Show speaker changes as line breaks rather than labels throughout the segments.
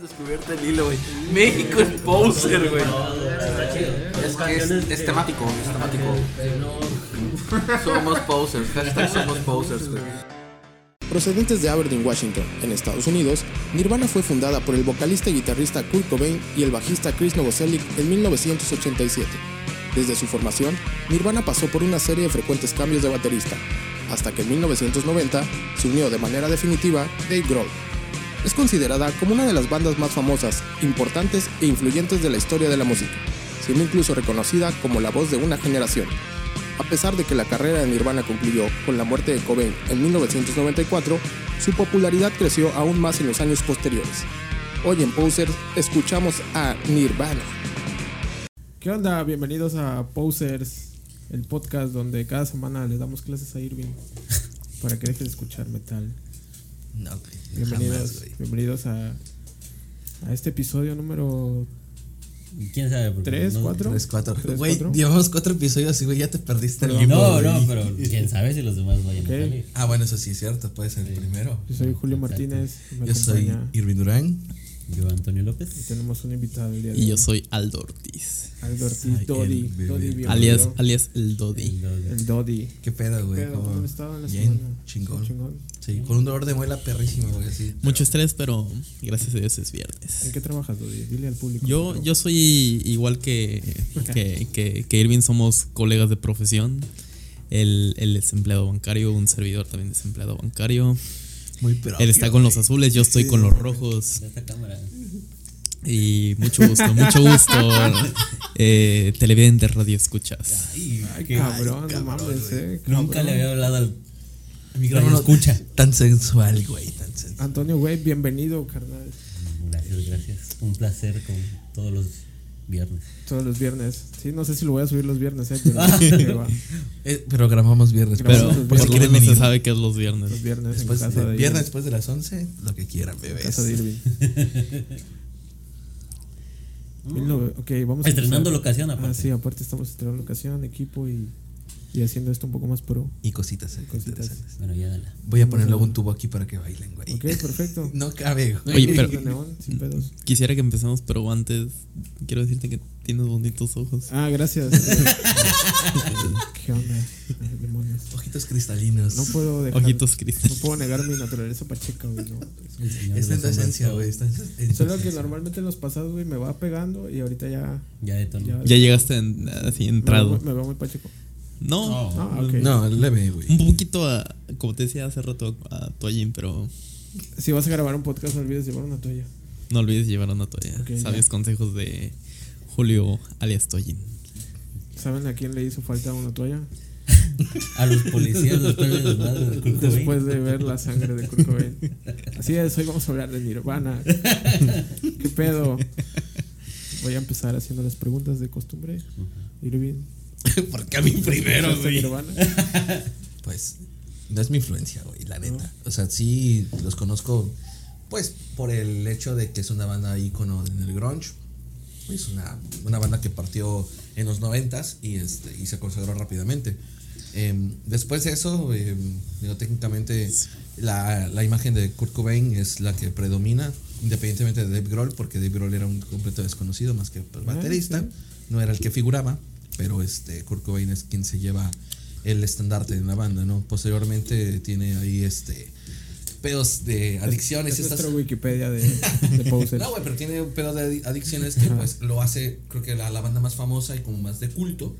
descubierta el hilo, güey. México es poser, güey.
Es que es, es temático, es temático.
Somos posers, hashtag somos posers, güey.
Procedentes de Aberdeen, Washington, en Estados Unidos, Nirvana fue fundada por el vocalista y guitarrista Kurt Cobain y el bajista Chris Novoselic en 1987. Desde su formación, Nirvana pasó por una serie de frecuentes cambios de baterista, hasta que en 1990 se unió de manera definitiva Dave Grohl. Es considerada como una de las bandas más famosas, importantes e influyentes de la historia de la música, siendo incluso reconocida como la voz de una generación. A pesar de que la carrera de Nirvana concluyó con la muerte de Cobain en 1994, su popularidad creció aún más en los años posteriores. Hoy en Posers escuchamos a Nirvana.
¿Qué onda? Bienvenidos a Posers, el podcast donde cada semana le damos clases a Irving para que deje de escuchar metal.
No, güey, jamás,
Bienvenidos,
güey.
bienvenidos a, a este episodio número
¿Quién sabe? Porque
¿Tres,
no-
cuatro?
Tres, cuatro.
¿Tres,
Güey,
cuatro?
llevamos cuatro episodios y güey, ya te perdiste el hilo,
No,
güey.
no, pero quién sabe si los demás vayan
Ok.
a salir.
Ah, bueno, eso sí es cierto, puede ser el primero.
Yo soy Julio
Exacto.
Martínez, me
Yo soy
acompaña
Irving Durán.
Yo, Antonio
y
López.
tenemos un invitado el día de
Y yo
hoy,
soy Aldo Ortiz,
Aldo
Ay,
Ortiz, Dodi,
el bebé.
Dodi, bienvenido.
alias, alias el Dodi.
el Dodi.
¿Qué pedo, güey?
Pero,
¿Cómo?
¿Cómo estaba la
Bien,
semana?
chingón.
Sí, chingón.
Sí, con un dolor de muela perrísimo, güey, así.
Mucho estrés, pero gracias a Dios es
¿En
viernes.
qué trabajas, Dodi? Dile al público.
Yo, yo soy igual que, que, que, que Irving, somos colegas de profesión. El, el es empleado bancario, un servidor también es empleado bancario.
Muy pero.
Él está con los azules, yo estoy con los rojos.
De esta cámara.
Y mucho gusto, mucho gusto. Eh, televidentes, radio escuchas.
Ay, cabrón, no mames, eh. cabrón.
Nunca le había hablado al micrófono.
Micrófono
Escucha.
Tan sensual, güey, tan sensual.
Antonio, güey, bienvenido, carnal.
Gracias, gracias. Un placer con todos los viernes.
Todos los viernes. Sí, no sé si lo voy a subir los viernes, eh, pero ahí va.
Eh, pero grabamos viernes, pues,
Pero
Grabamos los
por
por
si
viernes.
lo
quieren
menos se
venir.
sabe que es los viernes.
los viernes
Después
en casa
de-
de
viernes pues. después
Irving,
de las 11, lo que quieran, bebés.
casa de Irving. Mil nove- ok, vamos a
Ah, Estrenando
empezar.
locación, aparte.
Ah, sí, aparte estamos estrenando locación, equipo y, y haciendo esto un poco más pro.
Y cositas, eh,
Cositas.
interesantes.
Bueno, ya dala.
Voy a poner luego un tubo aquí para que bailen, güey.
Ok, perfecto.
No cabe, güey.
Oye,
De
pero
neón, sin pedos.
quisiera que empecemos, pero antes quiero decirte que tienes bonitos ojos.
Ah, gracias. ¿Qué onda? Ay, demonios.
Ojitos cristalinos.
No puedo dejar.
Ojitos
No
cristal.
puedo negar mi naturaleza pacheca, güey. No.
El
Esta
señor de
es
los
la
hombres,
esencia,
todo.
güey. esta es-
Solo que normalmente en los pasados, güey, me va pegando y ahorita ya.
Ya de tono.
ya-
Ya llegaste en- así
Me,
entrado.
veo- me veo muy pacheco.
No,
No.
Ah, ok.
No, leve, güey.
un poquito a, como te decía hace rato, a toallín, pero
Si vas a grabar un podcast, no olvides llevar una toalla.
no olvides llevar una toalla.
Ok,
Sabios consejos de Julio alias Toyin.
¿Saben a quién le hizo falta una toalla?
A los policías después de los madres de Kurt Cobain.
Después de ver la sangre de Kurt Cobain. Así es, hoy vamos a hablar de Nirvana. ¿Qué pedo? Voy a empezar haciendo las preguntas de costumbre. Irving.
Porque a mí primero,
¿escuchaste
güey.
Nirvana?
Pues no es mi influencia, güey, la neta. O sea, sí los conozco, pues por el hecho de que es una banda ícono en el grunge. Es una, una banda que partió en los noventas y, este, y se consagró rápidamente. Em, después de eso, em, digo, técnicamente la, la imagen de Kurt Cobain es la que predomina, independientemente de Dave Grohl, porque Dave Grohl era un completo desconocido más que pues, baterista, no era el que figuraba, pero este Kurt Cobain es quien se lleva el estandarte en la banda, ¿no? Posteriormente tiene ahí este pedos de adicciones.
Es
estas-
nuestra Wikipedia de, de Poser.
no, güey, pero tiene un pedo de adi- adicciones que pues lo hace, creo que la, la banda más famosa y como más de culto.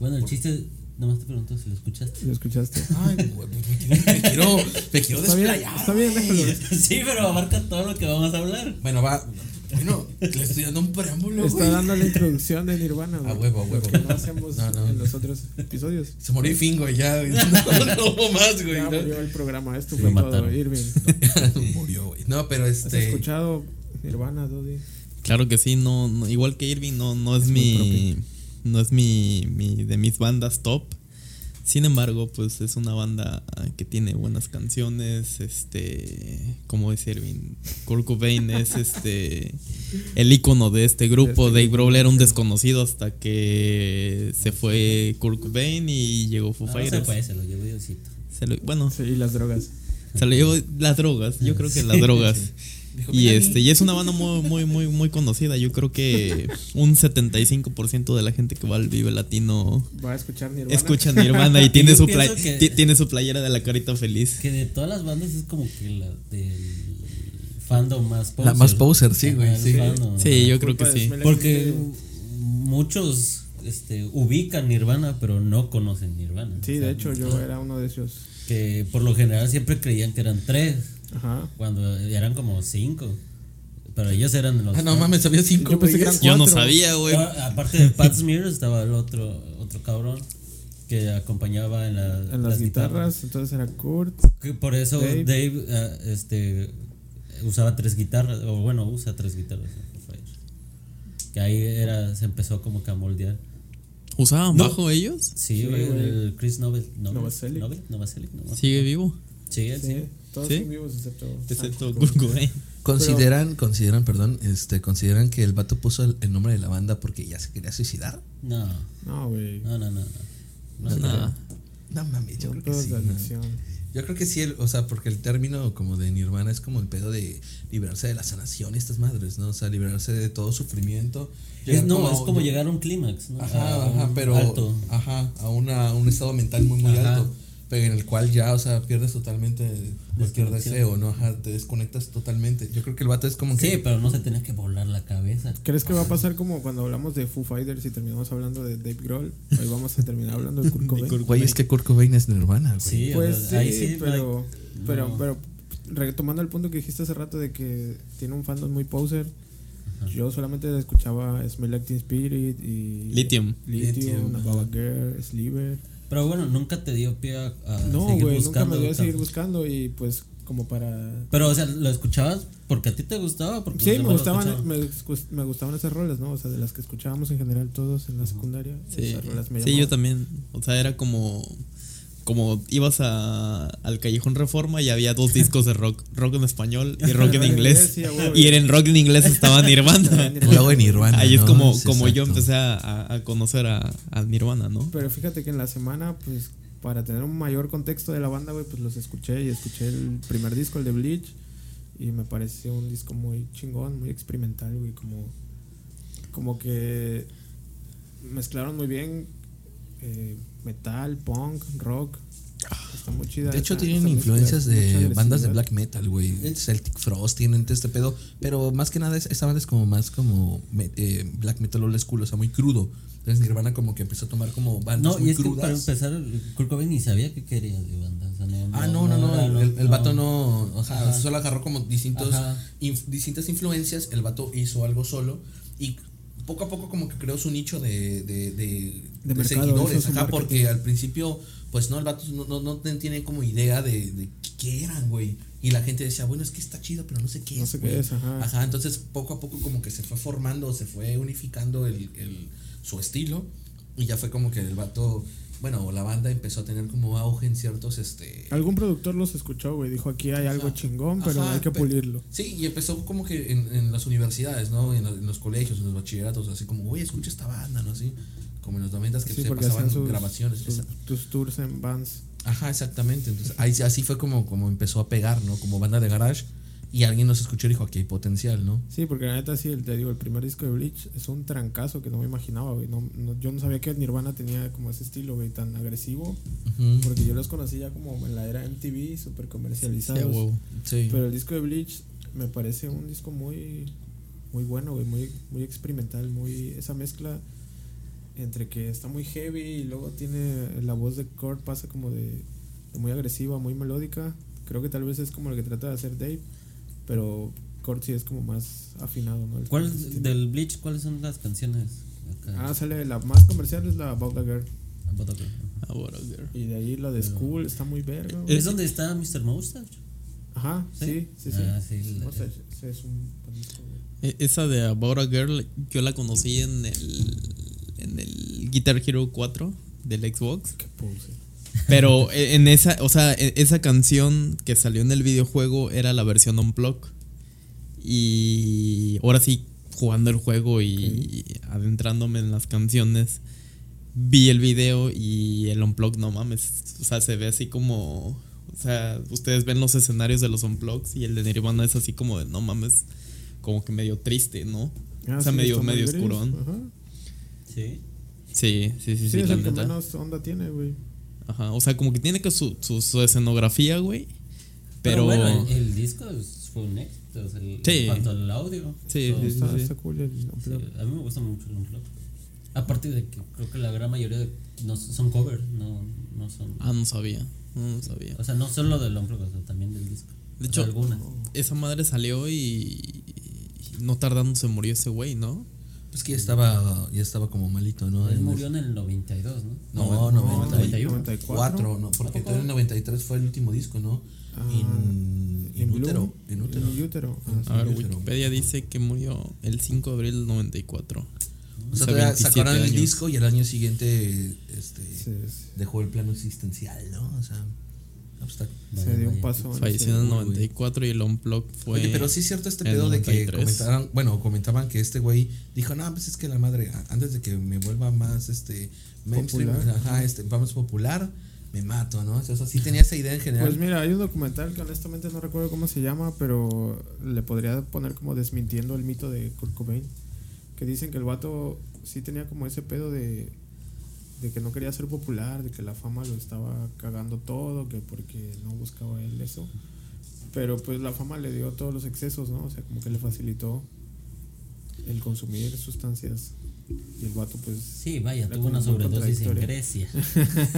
Bueno, el chiste, nomás te pregunto si lo escuchaste.
¿Lo escuchaste?
Ay, güey, pues, me quiero, me quiero
Está bien,
desplayar.
está bien, déjalo.
Sí, pero abarca todo lo que vamos a hablar.
Bueno, va. Bueno, le estoy dando un preámbulo,
Está
güey.
dando la introducción de Nirvana.
A
güey.
huevo, a huevo.
Lo que no hacemos
No, no.
en los otros episodios.
Se murió Fingo ya, güey. No, no hubo más, güey. ¿no?
Ya murió el programa, esto
Lo
fue todo,
mataron.
Irving.
Murió, güey. No, pero
¿Has
este.
escuchado Nirvana, Dodi?
Claro que sí, no, no- igual que Irving, no, no es, mi. No es mi, mi- de mis bandas top. Sin embargo, pues es una banda que tiene buenas canciones. Este. Como dice Irving, Kurt Cobain es este. El icono de este grupo. Dave Grohl era un desconocido hasta que se fue Kurt Cobain y llegó Foo
Pues
Ah, No, no se
Fighters.
puede, se lo llevo Diosito.
Se lo- bueno,
Sí, y las drogas.
se lo llevó las drogas. Yo creo que las drogas. Y este, y es una banda muy, muy, muy, muy conocida. Yo creo que un 75% de la gente que va al Vive Latino
Va a escuchar Nirvana.
escucha Nirvana y tiene
Yo
su
pienso
play-
que-
ti- tiene su playera de la carita feliz.
Que de todas las bandas es como que la del fandom más poser.
La más poser, sí, güey,
Ajá, el
sí.
fandom,
Sí, yo creo
Culpa
que
de
sí.
Smells Like
Porque
Teen
muchos este, ubican Nirvana, pero no conocen Nirvana.
Spirit. Sí,
O sea,
de hecho, yo eh. era uno de esos.
Que por lo general siempre creían que eran tres,
Ajá.
cuando eran como cinco. Pero ellos eran los.
Ah, no mames, había cinco.
Yo pensé que
güeyes.
eran
Yo no
Cuatro.
sabía, güey.
Ah, Aparte de Pat Smear estaba el otro, otro cabrón que acompañaba en, la-
En las guitarras, entonces era Kurt.
Que por eso
Dave.
Dave, ah, este, usaba tres guitarras, o bueno, usa tres guitarras. en Fire. Que ahí era, se empezó como que a moldear.
¿Usaban bajo ellos?
Sí, güey, el Chris Nobel. Nobel
Novoselic.
Nobel, Novoselic, no,
Sigue vivo.
Sí, él
Sí.
sí.
Todos
Sí.
son vivos excepto.
Excepto Kurt Cobain.
Consideran, consideran, perdón, este, consideran que el vato puso el, el nombre de la banda porque ya se quería suicidar.
No,
No, güey.
no, no, no. no.
No, no, no mames, Ah, yo creo que
Todos
sí.
de adicción.
Yo creo que sí, el- o sea, porque el término como de Nirvana es como el pedo de liberarse de la sanación y estas madres, ¿no? O sea, liberarse de todo sufrimiento.
Es,
Llegar
no, es como
yo-
llegar a un clímax, ¿no?
Ajá,
A un
ajá, pero
Alto.
ajá, a una, un estado mental muy muy
Ajá.
alto, pero en el cual ya, o sea, pierdes totalmente cualquier
Desconexión.
deseo, ¿no? Ajá, te desconectas totalmente. Yo creo que el vato es como que
Sí, pero no se tenía que volar la cabeza.
¿Crees que va a pasar como cuando hablamos de Foo Fighters y terminamos hablando de Dave Grohl? Hoy vamos a terminar hablando de Kurt Cobain.
Güey, es que Kurt Cobain es Nirvana, güey.
Sí, o
Pues sí,
sea, ahí sí, no hay-
pero, pero,
no.
pero retomando el punto que dijiste hace rato de que tiene un fandom muy poser. Yo solamente escuchaba Smell Like Teen Spirit y
Lithium.
Lithium,
Lithium, ajá.
Baba Girl, Sliver.
Pero bueno, nunca te dio pie a, a
No,
seguir
güey, nunca
buscando.
me dio a seguir
cabrón.
buscando y pues como para
Pero, o sea, ¿lo escuchabas porque a ti te gustaba? Porque
Sí,
los
me
demás Pues, lo
gustaban,
escuchaban?
me, gus- me gustaban esas rolas, ¿no? O sea, de las que escuchábamos en general todos en la secundaria.
Sí,
esas rolas me
sí, yo
llamaban.
también. O sea, era como. Como ibas a, al Callejón Reforma y había dos discos de rock: rock en español y rock en inglés.
Sí, a huevo.
Y en el rock en inglés estaba Nirvana.
Luego en Nirvana.
Ahí es
¿no?
como,
Sí,
como yo
exacto.
empecé a- a, a conocer a, a Nirvana, ¿no?
Pero fíjate que en la semana, pues para tener un mayor contexto de la banda, güey, pues los escuché y escuché el primer disco, el de Bleach. Y me pareció un disco muy chingón, muy experimental, güey. Como, como que mezclaron muy bien eh, metal, punk, rock. Está muy chida.
De hecho,
esa-
tienen
esa mezcla,
influencias de
mucha
bandas de
agresividad.
black metal, güey. Celtic Frost tienen este pedo. Pero más que nada, es- esa banda es como más como me- eh, black metal old school, o sea, muy crudo. Entonces Nirvana como que empezó a tomar como bandas
No,
Ah, muy
y es que para
crudas.
empezar, Kurt Cobain ni sabía que quería de banda. o sea, no,
ah, no, no, no.
era lo-
el, el vato no. O sea,
Ajá.
solo agarró como distintos,
Ajá.
inf- distintas influencias. El vato hizo algo solo. Y poco a poco, como que creó su nicho de, de, de- de
mercado, hizo
seguidores.
su
Ajá,
marketing.
porque al principio, pues no, el vato no, no, no ten- tiene como idea de, de qué eran, güey. Y la gente decía, bueno, es que está chido, pero no sé qué
No
es.
sé qué
güey".
es, ajá.
entonces poco a poco, como que se fue formando, se fue unificando el, el- su estilo. Y ya fue como que el vato. Bueno, la banda empezó a tener como auge en ciertos este
Algún productor los escuchó, güey. Dijo, aquí hay algo
Ajá.
chingón, pero
Ajá,
hay que
pe-
pulirlo.
Sí, y empezó como que en, en las universidades, ¿no? En, lo- en los colegios, en los bachilleratos, así como, oye, escucha esta banda, ¿no? Así, como en los noventas que
Sí,
se
porque hacían
pasaban
sus,
grabaciones.
sus- tus tours en bands.
Ajá, exactamente. Entonces, ahí, así fue como, como empezó a pegar, ¿no? Como banda de garage. Y alguien nos escuchó y dijo, aquí hay potencial, ¿no?
Sí, porque la neta sí, el- te digo, el primer disco de Bleach es un trancazo que no me imaginaba, güey. No, no- yo no sabía que Nirvana tenía como ese estilo, güey, tan agresivo.
Ujú.
Porque yo los conocía como en la era MTV, súper
Sí,
comercializados.
a huevo.
Sí.
Pero el disco de Bleach me parece un disco muy, muy bueno, güey, muy, muy experimental, muy esa mezcla entre que está muy heavy y luego tiene la voz de Kurt pasa como de, de muy agresiva, muy melódica. Creo que tal vez es como lo que trata de hacer Dave, pero Kurt sí es como más afinado, ¿no? El-
¿Cuál, del Bleach, ¿cuáles son las canciones? Acá.
Ah, sale la más comercial es la About a Girl
About a Girl.
A huevo, girl.
y de ahí la de School está muy verga. güey.
Ah. ¿Es donde está Mr. Moustache?
Ajá, sí, sí, sí.
Ah, sí, la-
No sé, sí, es un buen disco, güey.
E- Esa de About a Girl, yo la conocí en el, en el Guitar Hero 4 del Xbox.
Qué pose.
Pero e- en esa, o sea, e- esa canción que salió en el videojuego era la versión unplugged. Y ahora sí, jugando el juego y y adentrándome en las canciones, vi el video y el unplugged, no mames. O sea, se ve así como O sea, ustedes ven los escenarios de los Unplugs y el de Nirvana es así como de no mames, como que medio triste, ¿no?
Ah,
o sea,
sí,
medio,
está muy
medio
gris,
oscurón.
Ajá.
Sí.
Sí, sí, sí, sí,
Sí, es
la
el que
neta.
menos onda tiene, güey.
Ajá, o sea, como que tiene que su, su, su escenografía, güey.
Pero,
Pero,
bueno, el, el disco es- fue un éxito. o sea, el-
Sí.
En cuanto al audio.
Sí,
todo.
sí, sí.
Está, está cool el
Sí,
unplugged.
a mí me gusta mucho el Unplugged. Aparte de que creo que la gran mayoría de, no, son covers, no, no son.
ah, no sabía, no, no sabía.
O sea, no solo del Unplugged, o sea, también del disco.
De
O sea,
hecho-
alguna.
Esa madre salió y, y no tardando se murió ese güey, ¿no?
Es que ya estaba, ya estaba como malito, ¿no?
Él
En-
murió en el 92, ¿no?
No,
No,
94,
94.
¿no? Porque todo el 93 fue el último disco, ¿no?
Ah,
In-
en
in
Blue,
útero, en útero.
En útero. Ah, sí.
A ver,
Sí, pero-
Wikipedia dice que murió el 5 de abril del 94.
O sea,
O sea,
todavía
27
sacaron el
años.
disco y el año siguiente este,
Se, se-
dejó el plano existencial, ¿no? O sea, ah, pues está-
se dio un paso. en
Falleció en
ese-
el 94 y el Unplugged fue.
Oye, pero sí es cierto este
el
pedo de que
93.
comentaron, bueno, comentaban que este güey dijo, no, pues es que la madre, a- antes de que me vuelva más este mainstream,
Popular.
ajá, este, vamos popular, me mato, ¿no? O sea, sí tenía esa idea en general.
Pues mira, hay un documental que honestamente no recuerdo cómo se llama, pero le podría poner como desmintiendo el mito de Kurt Cobain. Que dicen que el vato sí tenía como ese pedo de, de que no quería ser popular, de que la fama lo estaba cagando todo, que porque no buscaba él eso. Pero pues la fama le dio todos los excesos, ¿no? O sea, como que le facilitó el consumir sustancias. Y el vato pues...
Sí, vaya,
Era
tuvo
como
una
muy
sobredosis en
contradictoria.
Grecia.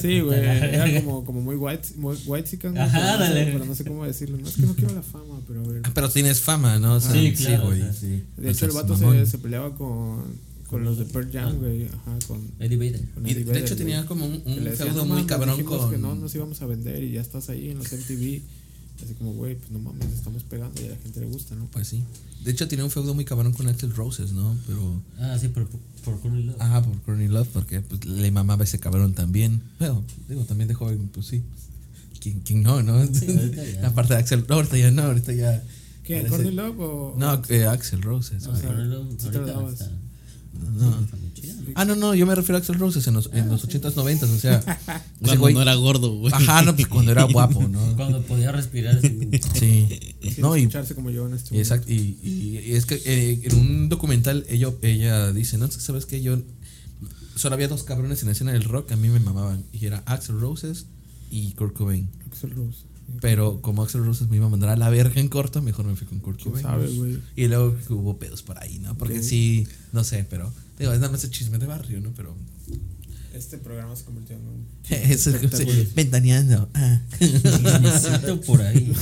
Sí, güey. Era como, como muy white, muy white chican,
Ajá,
pero, no sé-
dale.
pero no sé cómo decirlo. No es que no quiero la fama, pero a ver.
Ah, Pero tienes fama, ¿no? O sea,
Sí, claro,
güey,
o sea.
sí.
De
O
hecho,
sea,
el
es
vato
mamón. Ah.
se, se peleaba con, con los de Pearl Jam, güey. Ajá, con.
Eddie Vedder.
con
Eh, Y
Eddie
de
Vedder,
hecho
güey.
tenía como un,
Que le
un
decían,
feudo
"No
muy
mames,
cabrón
dijimos
con...
que no nos íbamos a vender y ya estás ahí en los MTV. Así como, güey, pues no mames, estamos pegando y a la gente le gusta, ¿no?
Pues sí. De hecho tenía un feudo muy cabrón con Axel Roses, ¿no? Pero...
Ah, sí, por, por Courtney Love.
Ah,
Ajá, por Courtney Love, porque pues, le mamaba ese cabrón también. Bueno, digo, también de joven, pues sí. ¿Quién, quién no, no?
ahorita ya.
Aparte de Axel... No, ahorita ya no, ahorita ya...
¿Qué?
parece-
¿Courtney Love o.?
No, que Axel Roses.
No,
güey.
Courtney Love
sí te lo
ahorita
dabas.
está,
No.
está muy chida.
Ah, no, no, yo me refiero a Axel Roses en los, en los 80s, 90s, o sea... ese
Cuando
güey-
no era gordo, güey.
Ajá, no, pues cuando era guapo, ¿no?
Cuando podía respirar así.
Sí. No, y
escucharse como yo en este
Y, exact- y- y- y es que eh, en un documental ella, ella dice, no, sabes que yo solo había dos cabrones en la escena del rock que a mí me mamaban. Y era Axel Roses y Kurt Cobain.
momento. Axl Rose.
Pero como Axel Roses me iba a mandar a la verga en corto, mejor me fui con Kurt
¿Quién
Cobain.
sabe, güey?
Y luego que hubo pedos por ahí, ¿no? Porque
Ok.
sí, no sé, pero digo, es nada más el chisme de barrio, ¿no? Pero
Este programa se convirtió en un.
eso es como se- ventaneando. Ah.
Necesito por ahí.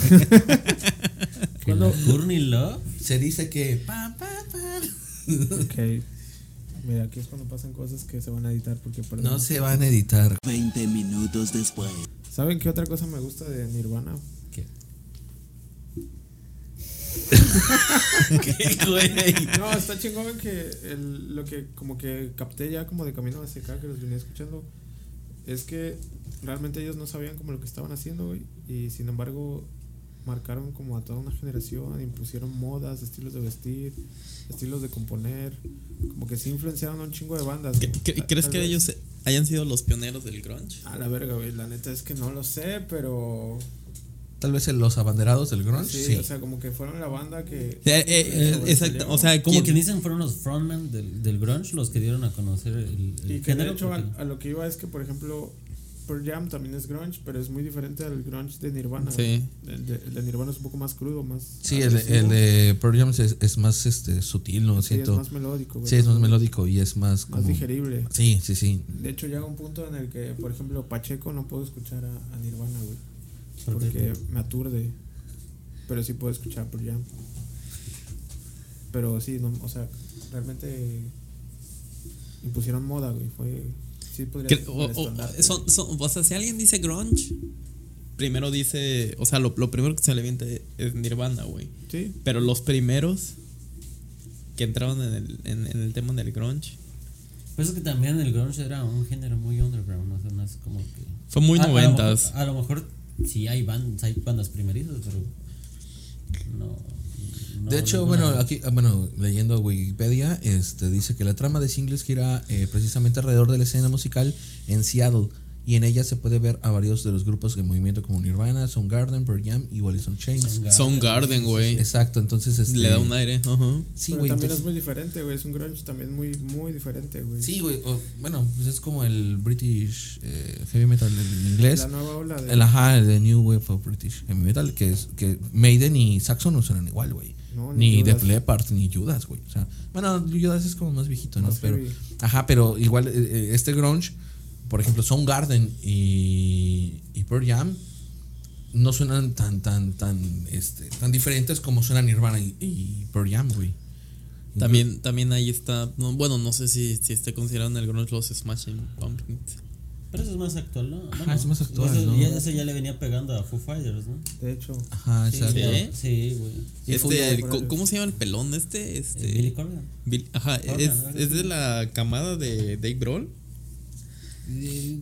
Cuando Courtney Love.
Se dice que pam, pam, pam.
Ok. Mira, aquí es cuando pasan cosas que se van a editar porque perdón.
No se van a editar.
20 minutos después.
¿Saben qué otra cosa me gusta de Nirvana?
¿Qué?
No, está chingón que el- lo que como que capté ya como de camino hacia acá que los venía escuchando es que realmente ellos no sabían como lo que estaban haciendo güey, y sin embargo marcaron como a toda una generación, impusieron modas, estilos de vestir, estilos de componer, como que sí influenciaron a un chingo de bandas.
¿Qué-
güey.
qué-
Ta-
¿Crees
tal
que
vez-
ellos hayan sido los pioneros del grunge?
Ah,
A la verga, güey, la neta es que no lo sé, pero
Tal vez en los abanderados del grunge.
sí,
sí.
o sea, como que fueron la banda que
Eh, eh, eh, exacto, o sea,
Como
como
quien dicen fueron los frontmen del, del grunge los que dieron a conocer el, el
Y que de
género,
hecho a,
porque-
a lo que iba es que, por ejemplo, Pearl Jam también es grunge, pero es muy diferente al grunge de Nirvana.
Sí.
El de, el de Nirvana es un poco más crudo, más.
Sí, el,
agresivo.
el de Pearl Jam es, es más este, sutil, ¿no?
Sí, es
Siento.
más melódico. güey.
Sí, es más melódico y es más como...
Más digerible.
Sí, sí, sí.
De hecho, llega un punto en el que, por ejemplo, Pacheco no puedo escuchar a, a Nirvana, güey.
¿Por qué?
Porque me aturde. Pero sí puedo escuchar Pearl Jam. Pero sí, no, o sea, realmente impusieron moda, güey. Fue. Sí, podría
que.
ser
o-
el
o-
estandarte.
son- son- o sea, si alguien dice grunge, primero dice. O sea, lo, lo primero que se le viene es Nirvana, güey.
Sí,
Pero los primeros que entraron en el, en, en el tema del grunge
Pues es que también el grunge era un género muy underground, o sea, no es como que...
fue muy
Ah, A- a lo mejor-
noventas.
A, lo mejor sí hay, bandas hay bandas primerizas, pero no... no-
De hecho,
ninguna-
bueno, aquí, ah, bueno, leyendo Wikipedia, este, dice que la trama de singles gira eh, precisamente alrededor de la escena musical en Seattle y en ella se puede ver a varios de los grupos de movimiento como Nirvana, Soundgarden, Pearl Jam y Alice in
ah,
Chains.
Soundgarden, güey.
Exacto, entonces este,
Le da un aire, ajá.
Sí,
Pero
güey.
también es
entonces-
muy diferente, güey. Es un grunge también muy, muy diferente, güey.
Sí, güey. o- Bueno, pues es como el British eh, heavy metal en inglés.
La nueva ola de.
El ajá, el de New Wave of British Heavy Metal, que es que Maiden y Saxon no suenan igual, güey.
No, ni
ni
Judas.
Def Leppard, ni Judas, güey. O sea, bueno, Judas es como más viejito, ¿no?
Más
pero,
heavy.
ajá, pero igual eh, eh, este grunge, por ejemplo, Soundgarden y, y Pearl Jam no suenan tan tan tan este tan diferentes como suenan Nirvana y, y Pearl Jam, güey.
También, también ahí está. no, bueno, no sé si, si esté considerado en el grunge los Smashing Pumpkins.
Pero eso es más actual, ¿no?
Ajá,
Bueno,
es más actual,
Eso
¿no?
ya, eso ya le venía pegando a Foo Fighters, ¿no?
De hecho,
Ajá, exacto.
¿Eh?
Sí, güey.
Sí, fue un
Este,
gran
co-
grunge.
¿cómo se llama el pelón este?
Eh,
Este.
Billy Corgan.
Bill- ajá,
Corgan,
es,
algo
es
así.
de la camada de Dave Grohl.
Eh,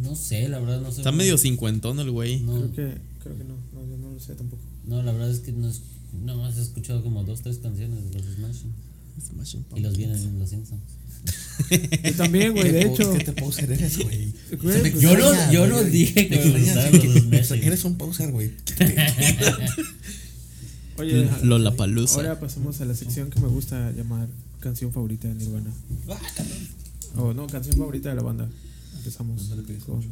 No sé, la verdad no sé.
Está
güey.
medio cincuentón el güey.
Ah.
No,
creo que, creo que no. No, yo no lo sé tampoco.
no, la verdad es que no es, nada más he escuchado como dos, tres canciones de los Smashing.
Smashing
Y los
Pumpkins.
vienen en los Simpsons.
Yo también, güey. De hecho.
¿Qué te poser eres, güey?
Güey,
Se me
pues,
Yo no,
extraña,
yo
güey.
no dije que
Me
me
extraña,
gustaban
sí, que-
los Smashing.
Eres un poser, güey.
Oye,
Lollapalooza.
Ahora pasamos a la sección que me gusta llamar canción favorita de Nirvana. O no, canción favorita de la banda. Empezamos con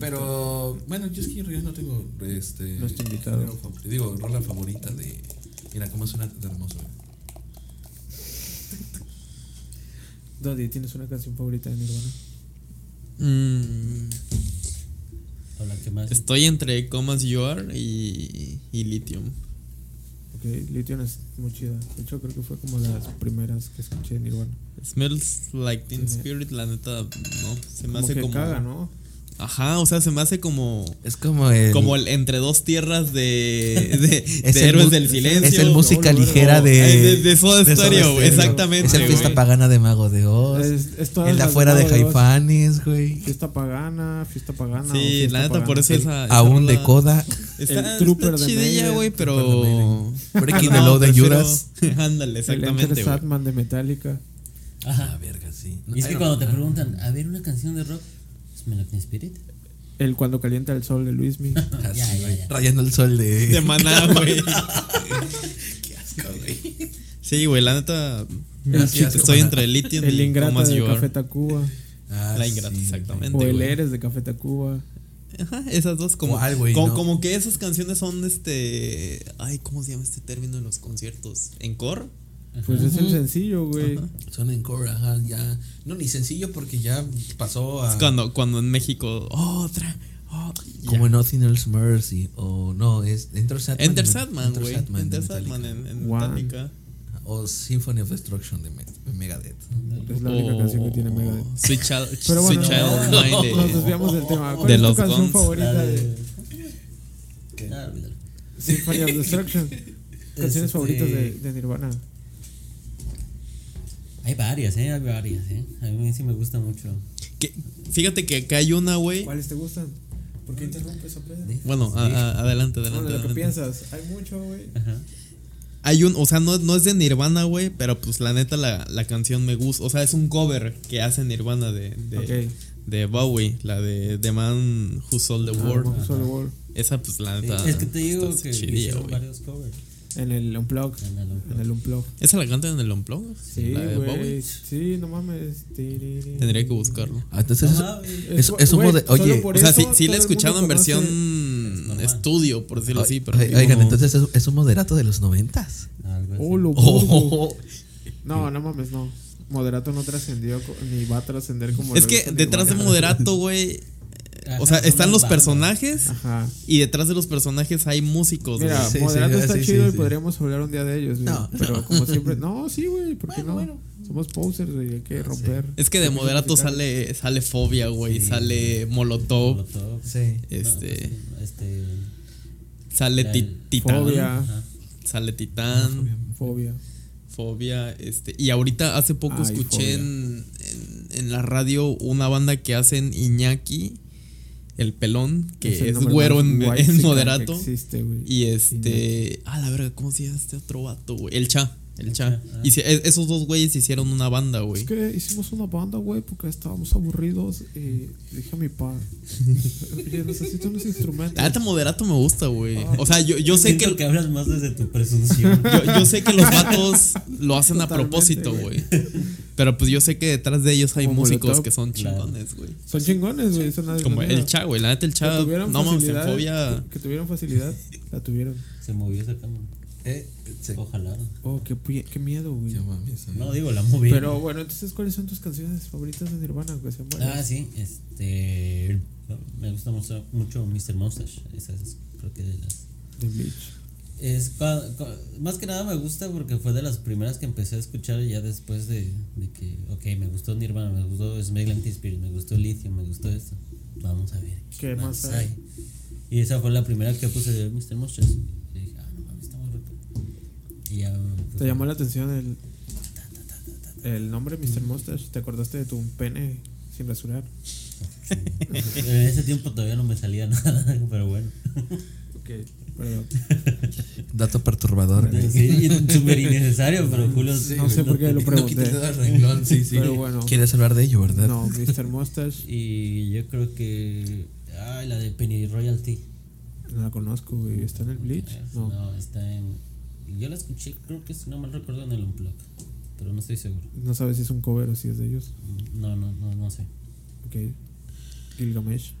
Pero bueno, yo es que en realidad no tengo este
Nuestro invitado.
género favor- Digo, rola favorita de Mira cómo suena tan hermoso. eh. güey.
Dodi, ¿tienes una canción favorita de Nirvana?
Mm,
O la que más.
estoy entre Comas You Are y, y Lithium.
Ok, Lithium es muy chida. De hecho, creo que fue como de las primeras que escuché de Nirvana.
Smells like Teen
Tiene-
Spirit, la neta, no. Se me
Como
hace
que
como.
caga, ¿no?
Ajá, o sea, se me hace como.
Es como el
Como el entre dos tierras de, de,
Es
de
el
héroes
mu-
del silencio.
es el música
no, no,
ligera
no.
de,
Ay, de- de Soda Stereo,
güey.
exactamente,
Es el
güey.
fiesta pagana de Mago de Oz.
Es- es todas
el de
las de
afuera de
Mago de Oz.
Caifanes, güey.
Fiesta pagana, fiesta pagana. o
Sí,
fiesta
la neta,
pagana.
por eso
El-
esa. esa
Aún de
rola-
coda.
Está,
El
está
Trooper de
chidilla,
Maiden.
güey,
Trooper de
pero.
Maiden. Breaking the
No,
Law de
prefiero-
Judas.
Ándale,
El Enter
exactamente, güey.
Sandman de Metallica.
Ajá.
Ah, verga, sí.
Y es
Ay,
que
no,
cuando te
ajá.
preguntan, a ver, una canción de rock, pues, es Melody Spirit.
El Cuando Calienta el Sol de Luismi.
Ah, sí,
Ya, ya,
güey.
ya.
Rayando el sol de.
De maná, güey.
Qué asco, güey.
Sí, güey, la neta.
Gracias,
Estoy
Maná.
entre Lithium
el
y
Ingrata
Thomas
de
You Are.
Café Tacuba.
Ah,
La ingrata,
sí, güey.
exactamente.
O el
güey.
Eres de Café Tacuba.
Ajá, esas dos como,
¿Cuál, güey?
como,
No.
como que esas canciones son este, ay, ¿cómo se llama este término en los conciertos? ¿Encore?
Pues es el sencillo, güey.
Son en core, ajá, ya. No, ni sencillo porque ya pasó a.
Es cuando cuando en México otra oh, Ah. ya.
Como en Nothing Else Mercy. O no, es Enter Sandman.
Enter
de-
Sandman, güey.
Sandman de
Enter
Metallica.
Sandman en, en
Wow.
Metallica.
O Symphony of Destruction de Me- de Megadeth.
Es la única
O-
canción que tiene Megadeth.
Oh, Sweet Child,
Pero bueno,
Sweet Child of Mine de-
nos desviamos del tema. ¿Cuál
de
es tu
los
canción
Guns,
favorita
La
de
de- Ah, olvídalo.
Symphony of Destruction? Canciones
Este-
favoritas de, de Nirvana.
Hay varias, ¿eh? Hay varias, ¿eh? A mí sí me gusta mucho.
que- Fíjate que acá hay una, güey.
¿Cuáles te gustan? ¿Por qué interrumpes a
Bueno, a- a- adelante,
No,
adelante.
de lo que
adelante.
piensas. Hay mucho, güey.
Ajá.
Hay un, o sea, no, no es de Nirvana, güey, pero pues la neta la, la canción me gusta. O sea, es un cover que hace Nirvana de, de,
Ok.
de Bowie, la de The Man Who Sold the World.
Como Solo World.
Esa pues la
Sí,
neta.
Eh, es que te digo
está
que
chidilla,
hicieron
güey.
varios covers.
En el Unplug.
En el Unplugged.
En el Unplug.
¿Esa la cantan en el Unplugged?
Sí,
¿La de
güey.
Bowie?
Sí, no mames. Tendría
Tendría que buscarlo.
Ah, entonces.
No
eso-
mames.
eso-
Güey,
eso fue de-
solo
oye,
por
O sea,
eso
sí, sí la he
todo el
escuchado en
mundo conoce-
versión estudio, por decirlo así, pero.
oigan,
no-
entonces es, es un moderato de los noventas.
Algo así.
Oh, lo burgo.
Oh,
No, no mames, no. Moderato no trascendió co- ni va a trascender como.
Es
lo
que
hizo
detrás de
Nirvana.
Moderato, güey. eh, O sea,
Ajá, son
están
las
los
bandas.
personajes
Ajá.
y detrás de los personajes hay músicos, güey.
Mira,
Sí, sí,
Moderato
sí,
está
sí,
chido
sí,
y
sí.
podríamos hablar un día de ellos, güey.
No,
pero como siempre. No, sí, güey, ¿por qué no? Somos posers, güey, hay que romper.
Es que de Moderato sale, sale Fobia, güey. sale Molotov.
Molotov.
sí.
Este.
Este.
Sale
la-
Ti-
el-
Titán.
pues, Fobia. Ah,
Ajá.
Sale Titán.
Fobia.
Fobia, este. Y ahorita hace poco
Ay,
escuché en, en- en la radio una banda que hacen Iñaki, el pelón, que es,
el nombre
güero
más
en, en
whitexican que
moderato.
Existe, güey.
Y este. Ah, la verga, ¿cómo se llama este otro vato, güey? El Cha. El Cha. Y si- e- esos dos güeyes hicieron una banda, güey.
Es que hicimos una banda, güey, porque estábamos aburridos y dije a mi pa, oye, necesito unos instrumentos.
La neta moderato me gusta, güey.
Ah.
O sea, yo, yo sé
Siento
que
que, hablas más desde tu presunción.
yo, yo sé que los vatos lo hacen a
Totalmente,
propósito, güey. Pero pues yo sé que detrás de ellos hay
Como
músicos
Molotov. Pues
que son
Claro.
chingones, güey.
Son chingones, güey, son
Como el Cha, güey. La neta el Cha, no mames, en fobia.
Que tuvieron facilidad, la tuvieron.
Se movió esa cama.
Eh, se-
Ojalá.
Oh, qué, pie- qué miedo, güey.
no mames,
No, digo, la moví.
Pero bueno, entonces, ¿cuáles son tus canciones favoritas de Nirvana, güey? Sean varias.
Ah, sí, este. Me gusta mucho, mucho Mr. Mustache. Esa es, creo que de las.
De Bleach.
Es, cua- cua- más que nada me gusta porque fue de las primeras que empecé a escuchar ya después de, de que, ok, me gustó Nirvana, me gustó Smell and Teen Spirit, me gustó Lithium, me gustó esto. Vamos a ver.
¿Qué más hay?
Y esa fue la primera que puse de Mr. Monsters. Y dije, ah, no mames, está muy rico. Y ya. pues,
¿Te llamó la atención el, el nombre Mr.
Mm.
Mustache? ¿Te acordaste de tu pene sin rasurar?
En ese tiempo todavía no me salía nada, pero bueno.
Ok, perdón.
Dato perturbador. güey.
Sí, y súper innecesario, pero Julio.
no sé por qué lo
No quité
pregunté.
el dedo del renglón, sí, sí.
Pero bueno.
Quieres hablar de ello, ¿verdad?
No, Mr. Mustache,
Y yo creo que. Ay, la de Penny Royalty. Eh,
no la conozco, güey. ¿Está en el Bleach?
No.
No.
está en. Yo la escuché, creo que si no mal recuerdo en el Unplug, pero no estoy seguro.
No sabes si es un cover o si es de ellos.
No, no, no, no sé.
Ok. Gilgamesh.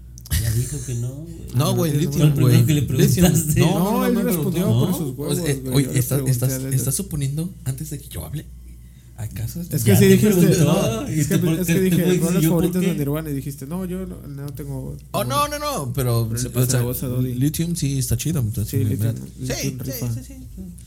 Ya dijo que no, güey.
No, güey,
no,
Fue el
lithium,
primero
güey.
que le preguntaste.
No, no,
él
me
respondió
preguntó.
por sus huevos,
O sea, eh,
güey, yo
Oye,
le
estás,
pregunté
estás,
a Leder.
estás suponiendo antes de que yo hable. ¿Acaso
Es que
Ya
sí
te
dijiste.
preguntó,
No,
¿y
es que,
tú por
es que
qué? ¿Tú
dije,
por qué?
rolas
¿Yo por
favoritas
qué?
de Nirvana. Y dijiste, no, yo no, no tengo.
Oh, no, no, no, pero.
Pero le
o
pasa
sea,
la voz a Dodi.
Lithium sí está chido. entonces,
Sí, Lithium-
sí,
Lithium
sí,
rifa.
sí,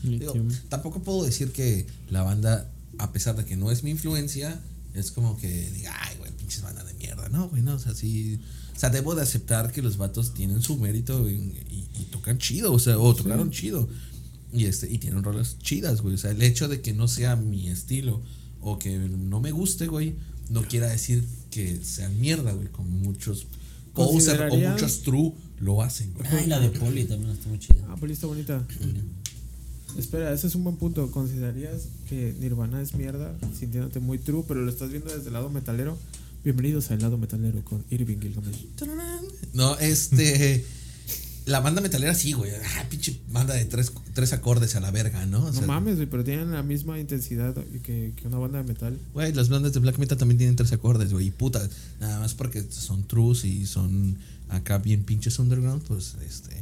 sí. Digo, tampoco puedo decir que la banda, a pesar de que no es mi influencia, es como que diga, ay, güey, pinches banda de mierda. No, güey, no, o sea, sí. O sea, debo de aceptar que los vatos tienen su mérito y, y- y tocan chido, o sea, o tocaron chido. Y, este, y tienen rolas chidas, güey. O sea, el hecho de que no sea mi estilo o que no me guste, güey, no quiera decir que sean mierda, güey, como muchos poser o
Consideraría-
muchos true lo hacen, güey.
Ay, la de Poli también está muy chida.
Ah, pero está bonita. Espera, ese es un buen punto. ¿Considerarías que Nirvana es mierda? Sintiéndote muy true, pero lo estás viendo desde el lado metalero. Bienvenidos al lado metalero con Irving Gilgamesh.
No, este. La banda metalera sí, güey. Ah, pinche banda de tres, tres acordes a la verga, ¿no? O
No
sea,
mames, güey, pero tienen la misma intensidad que, que una banda de metal.
Güey, las bandas de black metal también tienen tres acordes, güey. Y puta, nada más porque son trues y son acá bien pinches underground, pues este.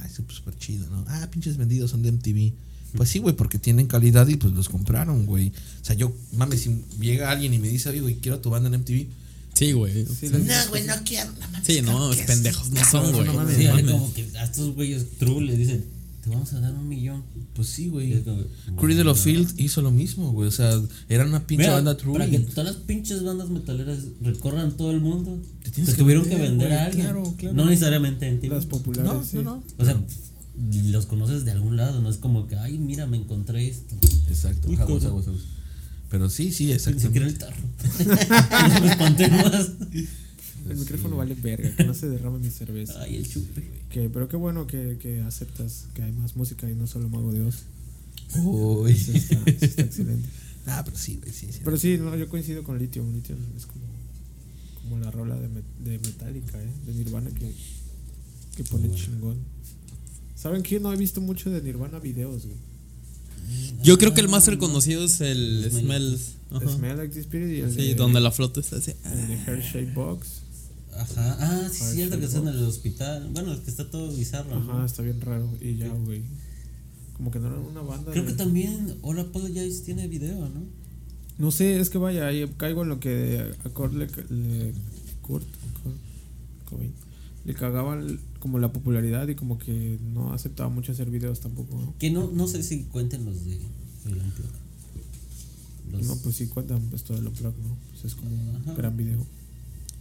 Ay, sí, pues, súper chido, ¿no? Ah, pinches vendidos son de MTV. Pues sí, güey, porque tienen calidad y pues los compraron, güey. O sea, yo, mames, si llega alguien y me dice, oye, güey, quiero tu banda en MTV.
Sí, güey.
No, güey, no quiero. No mames,
Sí, no,
claro
los
que
pendejos no son, güey.
mames,
Sí,
No
ahí
mames.
como que a estos güeyes True le dicen, te vamos a dar un millón.
Pues sí,
Y
güey.
es como que,
Creed de los Field hizo lo mismo, güey. O sea, era una pinche
Mira,
banda true.
Para
y
que todas las pinches bandas metaleras recorran todo el mundo,
Te
se
tienes que
tuvieron que
vender,
vender a
güey,
alguien.
claro, claro.
No necesariamente en ti.
Las populares.
No,
sí.
no, no.
O sea, los conoces de algún lado, no es como que, ay, mira, me encontré esto.
Exacto.
Uy,
Jabos,
cosa.
jabos, jabos. Pero sí, sí,
Ni
exactamente.
siquiera el tarro. No me espanté más.
El micrófono vale verga, que no se derrame mi cerveza.
Ay, el chupe.
Que, pero qué bueno que, que aceptas que hay más música y no solo Mago de Oz.
Uy.
Eso está, eso está excelente.
Ah, pero sí, güey, sí, sí.
Pero sí, no, yo coincido con Lithium. Lithium es como, como la rola de, Met- de Metallica, ¿eh? de Nirvana que, que pone chingón. ¿Saben qué? No he visto mucho de Nirvana videos, güey.
Yo creo que el más reconocido es el Smells. Ajá.
Smell Like the Spirit y el
Sí,
de,
donde la flota está así. ah.
el de Heart Shape Box.
Ajá. Ah, sí,
Ay,
es cierto que
sí,
está en el hospital. Bueno, es que está todo bizarro. ¿no?
Ajá, está bien raro. Y ya, güey. Como que no era una banda.
Creo
de-
que también Hola Apologize tiene video, ¿no?
No sé, es que vaya, ahí caigo en lo que a Kurt le, le- Kurt, Kurt Cobain, le cagaban como la popularidad y como que no aceptaba mucho hacer videos tampoco, ¿no?
Que no, no sé si cuenten los de El Unplugged. Los-
No, pues sí cuentan pues todo el blog, ¿no? Pues es como un
Ajá.
gran video.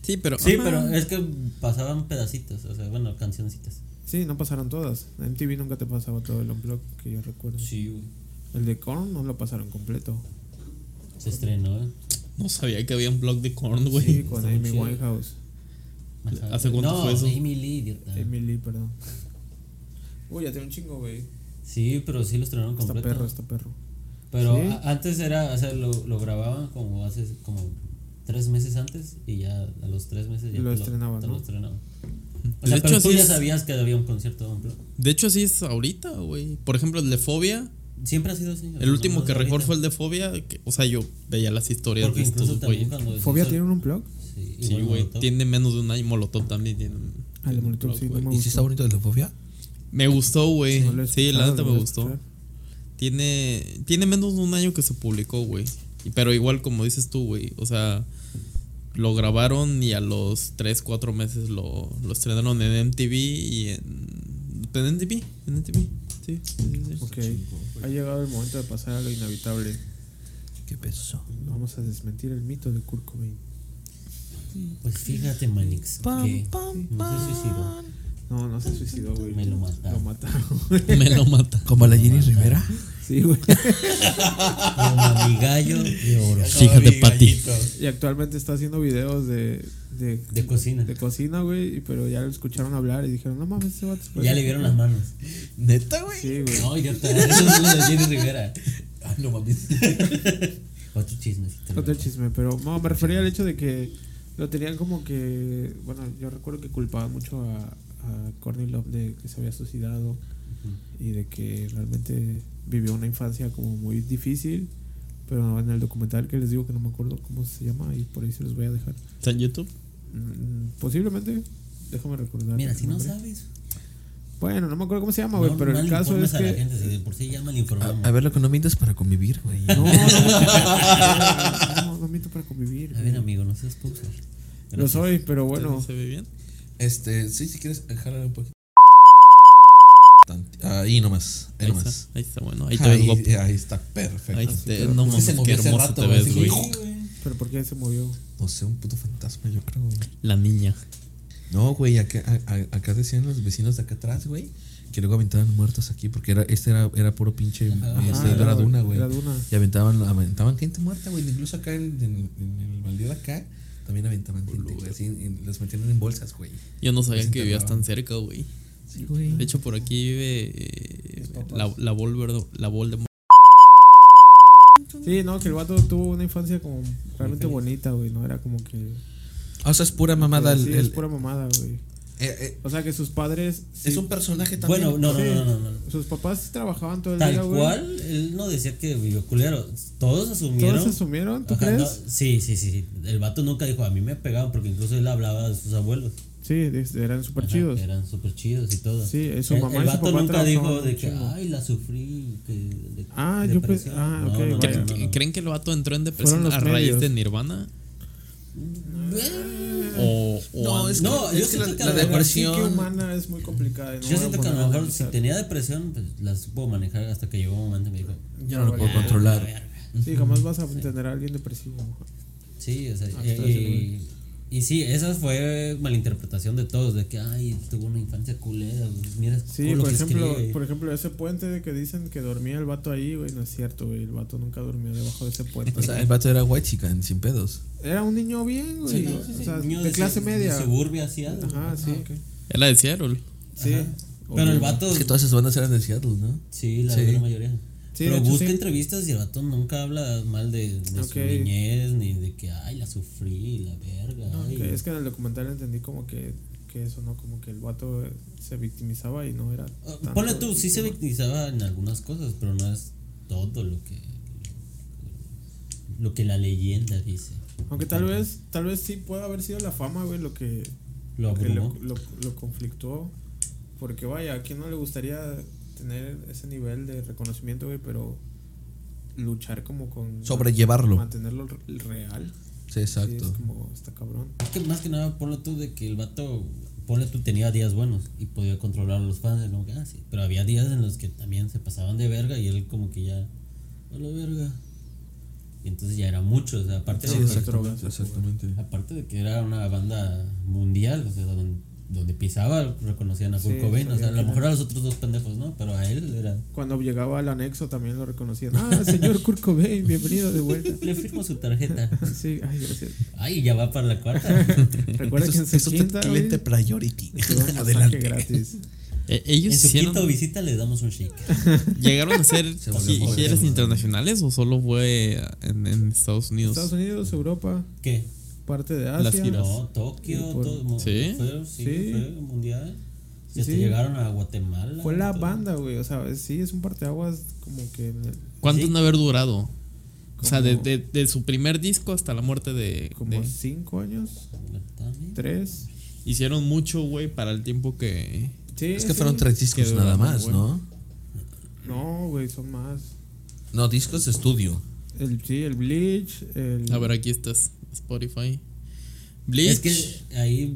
Sí, pero.
Sí,
ajá.
pero eh. es que pasaban pedacitos, o sea, bueno, cancioncitas.
Sí, no pasaron todas. En MTV nunca te pasaba todo el blog que yo recuerdo.
Sí, güey.
El de Korn no lo pasaron completo.
Se estrenó, ¿eh?
No sabía que había un blog de Korn, güey.
Sí, con
está muy
Amy
chido.
Winehouse.
Ajá.
¿Hace cuánto
no,
fue eso?
Amy Lee, idiota.
Emily, perdón. Uy, ya tiene un chingo, güey.
Sí, pero sí lo estrenaron
Está
completo.
perro, está perro.
Pero
Sí.
a- antes era, o sea, lo, lo grababan como hace como tres meses antes y ya a los tres meses ya
Lo estrenaban,
te
¿no?
Lo estrenaban. O
De
sea, pero
hecho,
tú
así
ya
es.
sabías que había un concierto de Unplugged.
De hecho, así es ahorita, güey. Por ejemplo, el de Fobia.
Siempre ha sido así. o sea,
El último
nomás
que recuerdo
ahorita.
fue el de Fobia. que- o sea, yo veía las historias
Porque
de
incluso
estos,
también
güey.
cuando.
¿Fobia
hizo-
tiene un blog?
Sí,
Sí,
igual
güey.
Molotov.
Tiene menos de un año. Molotov también tiene.
Ah, el
tiene
monitor
blog,
sí, no
güey.
me
¿Y si está
gustó.
bonito el de Fobia?
Me gustó, güey.
No lo he
Sí, la
escuchado,
neta
lo
me
voy a
gustó.
escuchar.
Tiene, tiene menos de un año que se publicó, güey. Y- Pero igual, como dices tú, güey. O sea, lo grabaron y a los 3, 4 meses lo, lo estrenaron en MTV y en. ¿En MTV? ¿En MTV? Sí, sí, sí, sí.
Ok, ha llegado el momento de pasar a lo inevitable.
Qué peso.
Vamos a desmentir el mito de Kurt Cobain.
Pues fíjate, Manix. que no se suicidó.
No, no se suicidó, güey.
Me lo mataron.
Lo mataron.
Me lo mata.
Como la Jenny Rivera.
sí, güey.
Como mi gallo de oro.
Fíjate, Pati.
Y actualmente está haciendo videos de. De,
De cocina.
de cocina, güey. y- Pero ya lo escucharon hablar y dijeron, no mames, ese vato. es
Ya le vieron las manos.
Neta, güey.
Sí, güey.
No, yo te. Eso es lo de Jenny Rivera.
Ah, no mames.
Otro chismecito.
Otro chisme, pero no, me refería al hecho de que lo tenían como que. Bueno, yo recuerdo que culpaban mucho a, a Courtney Love de que se había suicidado y de que realmente vivió una infancia como muy difícil. Pero en el documental que les digo que no me acuerdo cómo se llama y por ahí se los voy a dejar.
¿Está en YouTube?
Mm, posiblemente, déjame recordar.
Mira,
el
si no
nombre.
sabes.
Bueno, no me acuerdo cómo se llama, güey,
no
pero el caso
malinformes
es
a la
que. Ah,
gente, si de por sí ya
A,
malinformamos.
a ver lo que no mientas para convivir, güey.
No, no, no, no miento para convivir.
A
güey.
ver, amigo, no seas poser.
Lo ah. soy, pero bueno.
¿Se ve bien?
Este, sí, si quieres, jálale un poquito. Tant- Ahí nomás, ahí,
Ahí
nomás.
está, ahí está, bueno.
Ahí,
Ahí te ves guapo.
ahí está, perfecto.
Ahí está. No
Usted
mames,
se
qué
movió hace
hermoso
rato,
te
güey,
ves,
así,
güey.
¿Pero por qué se movió?
No sé, un puto fantasma, yo creo, güey.
La niña.
No, güey, acá, a- a- acá decían los vecinos de acá atrás, güey, que luego aventaban muertos aquí, porque era, este era, era puro pinche. este,
Ajá, Ah,
era,
era-
duna, güey.
era duna.
Y aventaban, aventaban gente muerta, güey. Incluso acá en, en- en el baldío de acá, también aventaban gente, güey. Así, en- los metían en bolsas, güey.
Yo no sabía
Los
que vivías
enterraban.
tan cerca, güey.
Sí, güey.
De hecho, por aquí vive eh, la, la Volver, la Voldemort.
Sí, no, que el vato tuvo una infancia como realmente bonita, güey. No era como que.
Ah, O sea, es pura mamada.
sí,
el-
es
el-
pura mamada, güey.
eh, eh,
O sea, que sus padres. sí-
Es un personaje también.
Bueno, no, no,
Sí.
no, no, no.
Sus papás sí trabajaban todo el día,
Tal
güey.
cual, él no decía que vivió culero. Todos asumieron.
¿Todos asumieron? ¿Tú
Ajá,
crees?
no, sí, sí, sí, sí. El vato nunca dijo, a mí me pegaban porque incluso él hablaba de sus abuelos.
Sí, es- eran súper
Ajá,
chidos.
Eran súper chidos y todo.
Sí, eh, su
El-
mamá
el,
y su
vato
papá
nunca dijo
trabajaban
de
un
que,
chingo.
ay, la sufrí. Que, de-
Ah, yo pensé-
depresión".
ah, ok,
no,
vaya.
no, no,
¿Creen,
no.
creen que el vato entró en depresión
Fueron los
a raíz
medios.
de Nirvana? O, o
No,
an-
es que,
No,
es
yo
que
siento
la,
que
la
la
La psique
depresión.
humana es muy complicada. y no
Yo siento
voy
que a lo
poner
mejor si
analizar.
tenía depresión, pues la supo manejar hasta que llegó un momento y me dijo,
Yo no lo
Ah,
puedo controlar.
Sí, jamás vas a entender a alguien depresivo.
Sí, o sea,
Hasta
y,
ese
y- y sí, esa fue malinterpretación de todos, de que, ay, tuvo una infancia culera, pues, mira,
Sí,
todo lo
por
que
ejemplo,
escribe.
por ejemplo, ese puente de que dicen que dormía el vato ahí, güey, no es cierto, güey. El vato nunca durmió debajo de ese puente.
O sea, el vato era white chican, sin pedos.
Era un niño bien, güey.
Sí, sí, sí,
o sea,
niño
de clase
su-
media.
De Ah, suburbia así, algo.
Ajá, sí.
era de Seattle.
Sí.
Pero el vato,
Es que todas esas bandas eran de Seattle, ¿no?
sí, la
Sí.
gran mayoría.
Sí, de
Pero
hecho,
busca
sí.
entrevistas y el vato nunca habla mal de, de
Ok.
su niñez, ni de que, ay, la sufrí, la verga. ay".
Que es que en el documental entendí como que, que eso, ¿no? Como que el vato eh, se victimizaba y no era.
Ah,
tanto
Ponle tú, sí se
víctima.
victimizaba en algunas cosas, pero no es todo lo que... Lo que la leyenda dice.
Aunque tal vez, tal vez sí pueda haber sido la fama, güey, lo que
Lo
Ah,
que lo,
abrumó.
lo, lo conflictuó. Porque vaya, a quién no le gustaría tener ese nivel de reconocimiento, güey, pero luchar como con.
Sobrellevarlo.
Mantenerlo r- real.
Sí,
Sí, es
exacto.
como, está cabrón.
Es que más que nada, ponle tú de que el vato, ponle tú, tenía días buenos y podía controlar a los fans, como que, ah, sí. Pero había días en los que también se pasaban de verga y él como que ya, a la verga. Y entonces ya era mucho, o sea, aparte,
Sí,
de,
exactamente. exactamente.
aparte de que era una banda mundial, o sea, donde, donde pisaba, reconocían a Kurt
Sí,
Cobain, o sea, a
sabía
lo
que
mejor
era-
a los otros dos pendejos, ¿no? Pero a él era,
Cuando llegaba al anexo también lo reconocían. Ah, señor Kurt Cobain, bienvenido de vuelta.
le firmo su tarjeta.
Sí, ay, gracias.
Ay, ya va para la cuarta.
Recuerda que en su
es
quinta, güey,
cliente priority.
te dan masaje
Adelante.
gratis.
E- ellos
En su
hicieron-
quinta visita le damos un shake.
¿Llegaron a ser
Se volvió
gi-
joven.
giras internacionales o solo fue en, en Estados Unidos?
Estados Unidos, Europa,
¿Qué?
parte de Asia.
Las giras.
No, Tokio,
Y por-
todo,
¿Sí?
Fue, sí,
Sí.
fue mundial. Y hasta
Sí.
llegaron a Guatemala.
Fue la
todo.
banda, güey. O sea, sí, es un parteaguas como que.
¿Cuánto
Sí.
han de haber durado? O sea, de,
Como-
de- de su primer disco hasta la muerte de...
Como
de-
cinco años,
Guatemala.
tres.
hicieron mucho, güey, para el tiempo que...
Sí,
Es que
sí.
fueron tres discos
Quedó
nada
muy
más,
bueno.
¿no?
No, güey, son más.
No, discos de estudio.
El, sí, el Bleach. El,
A ver, aquí estás, Spotify. Bleach,
Es que ahí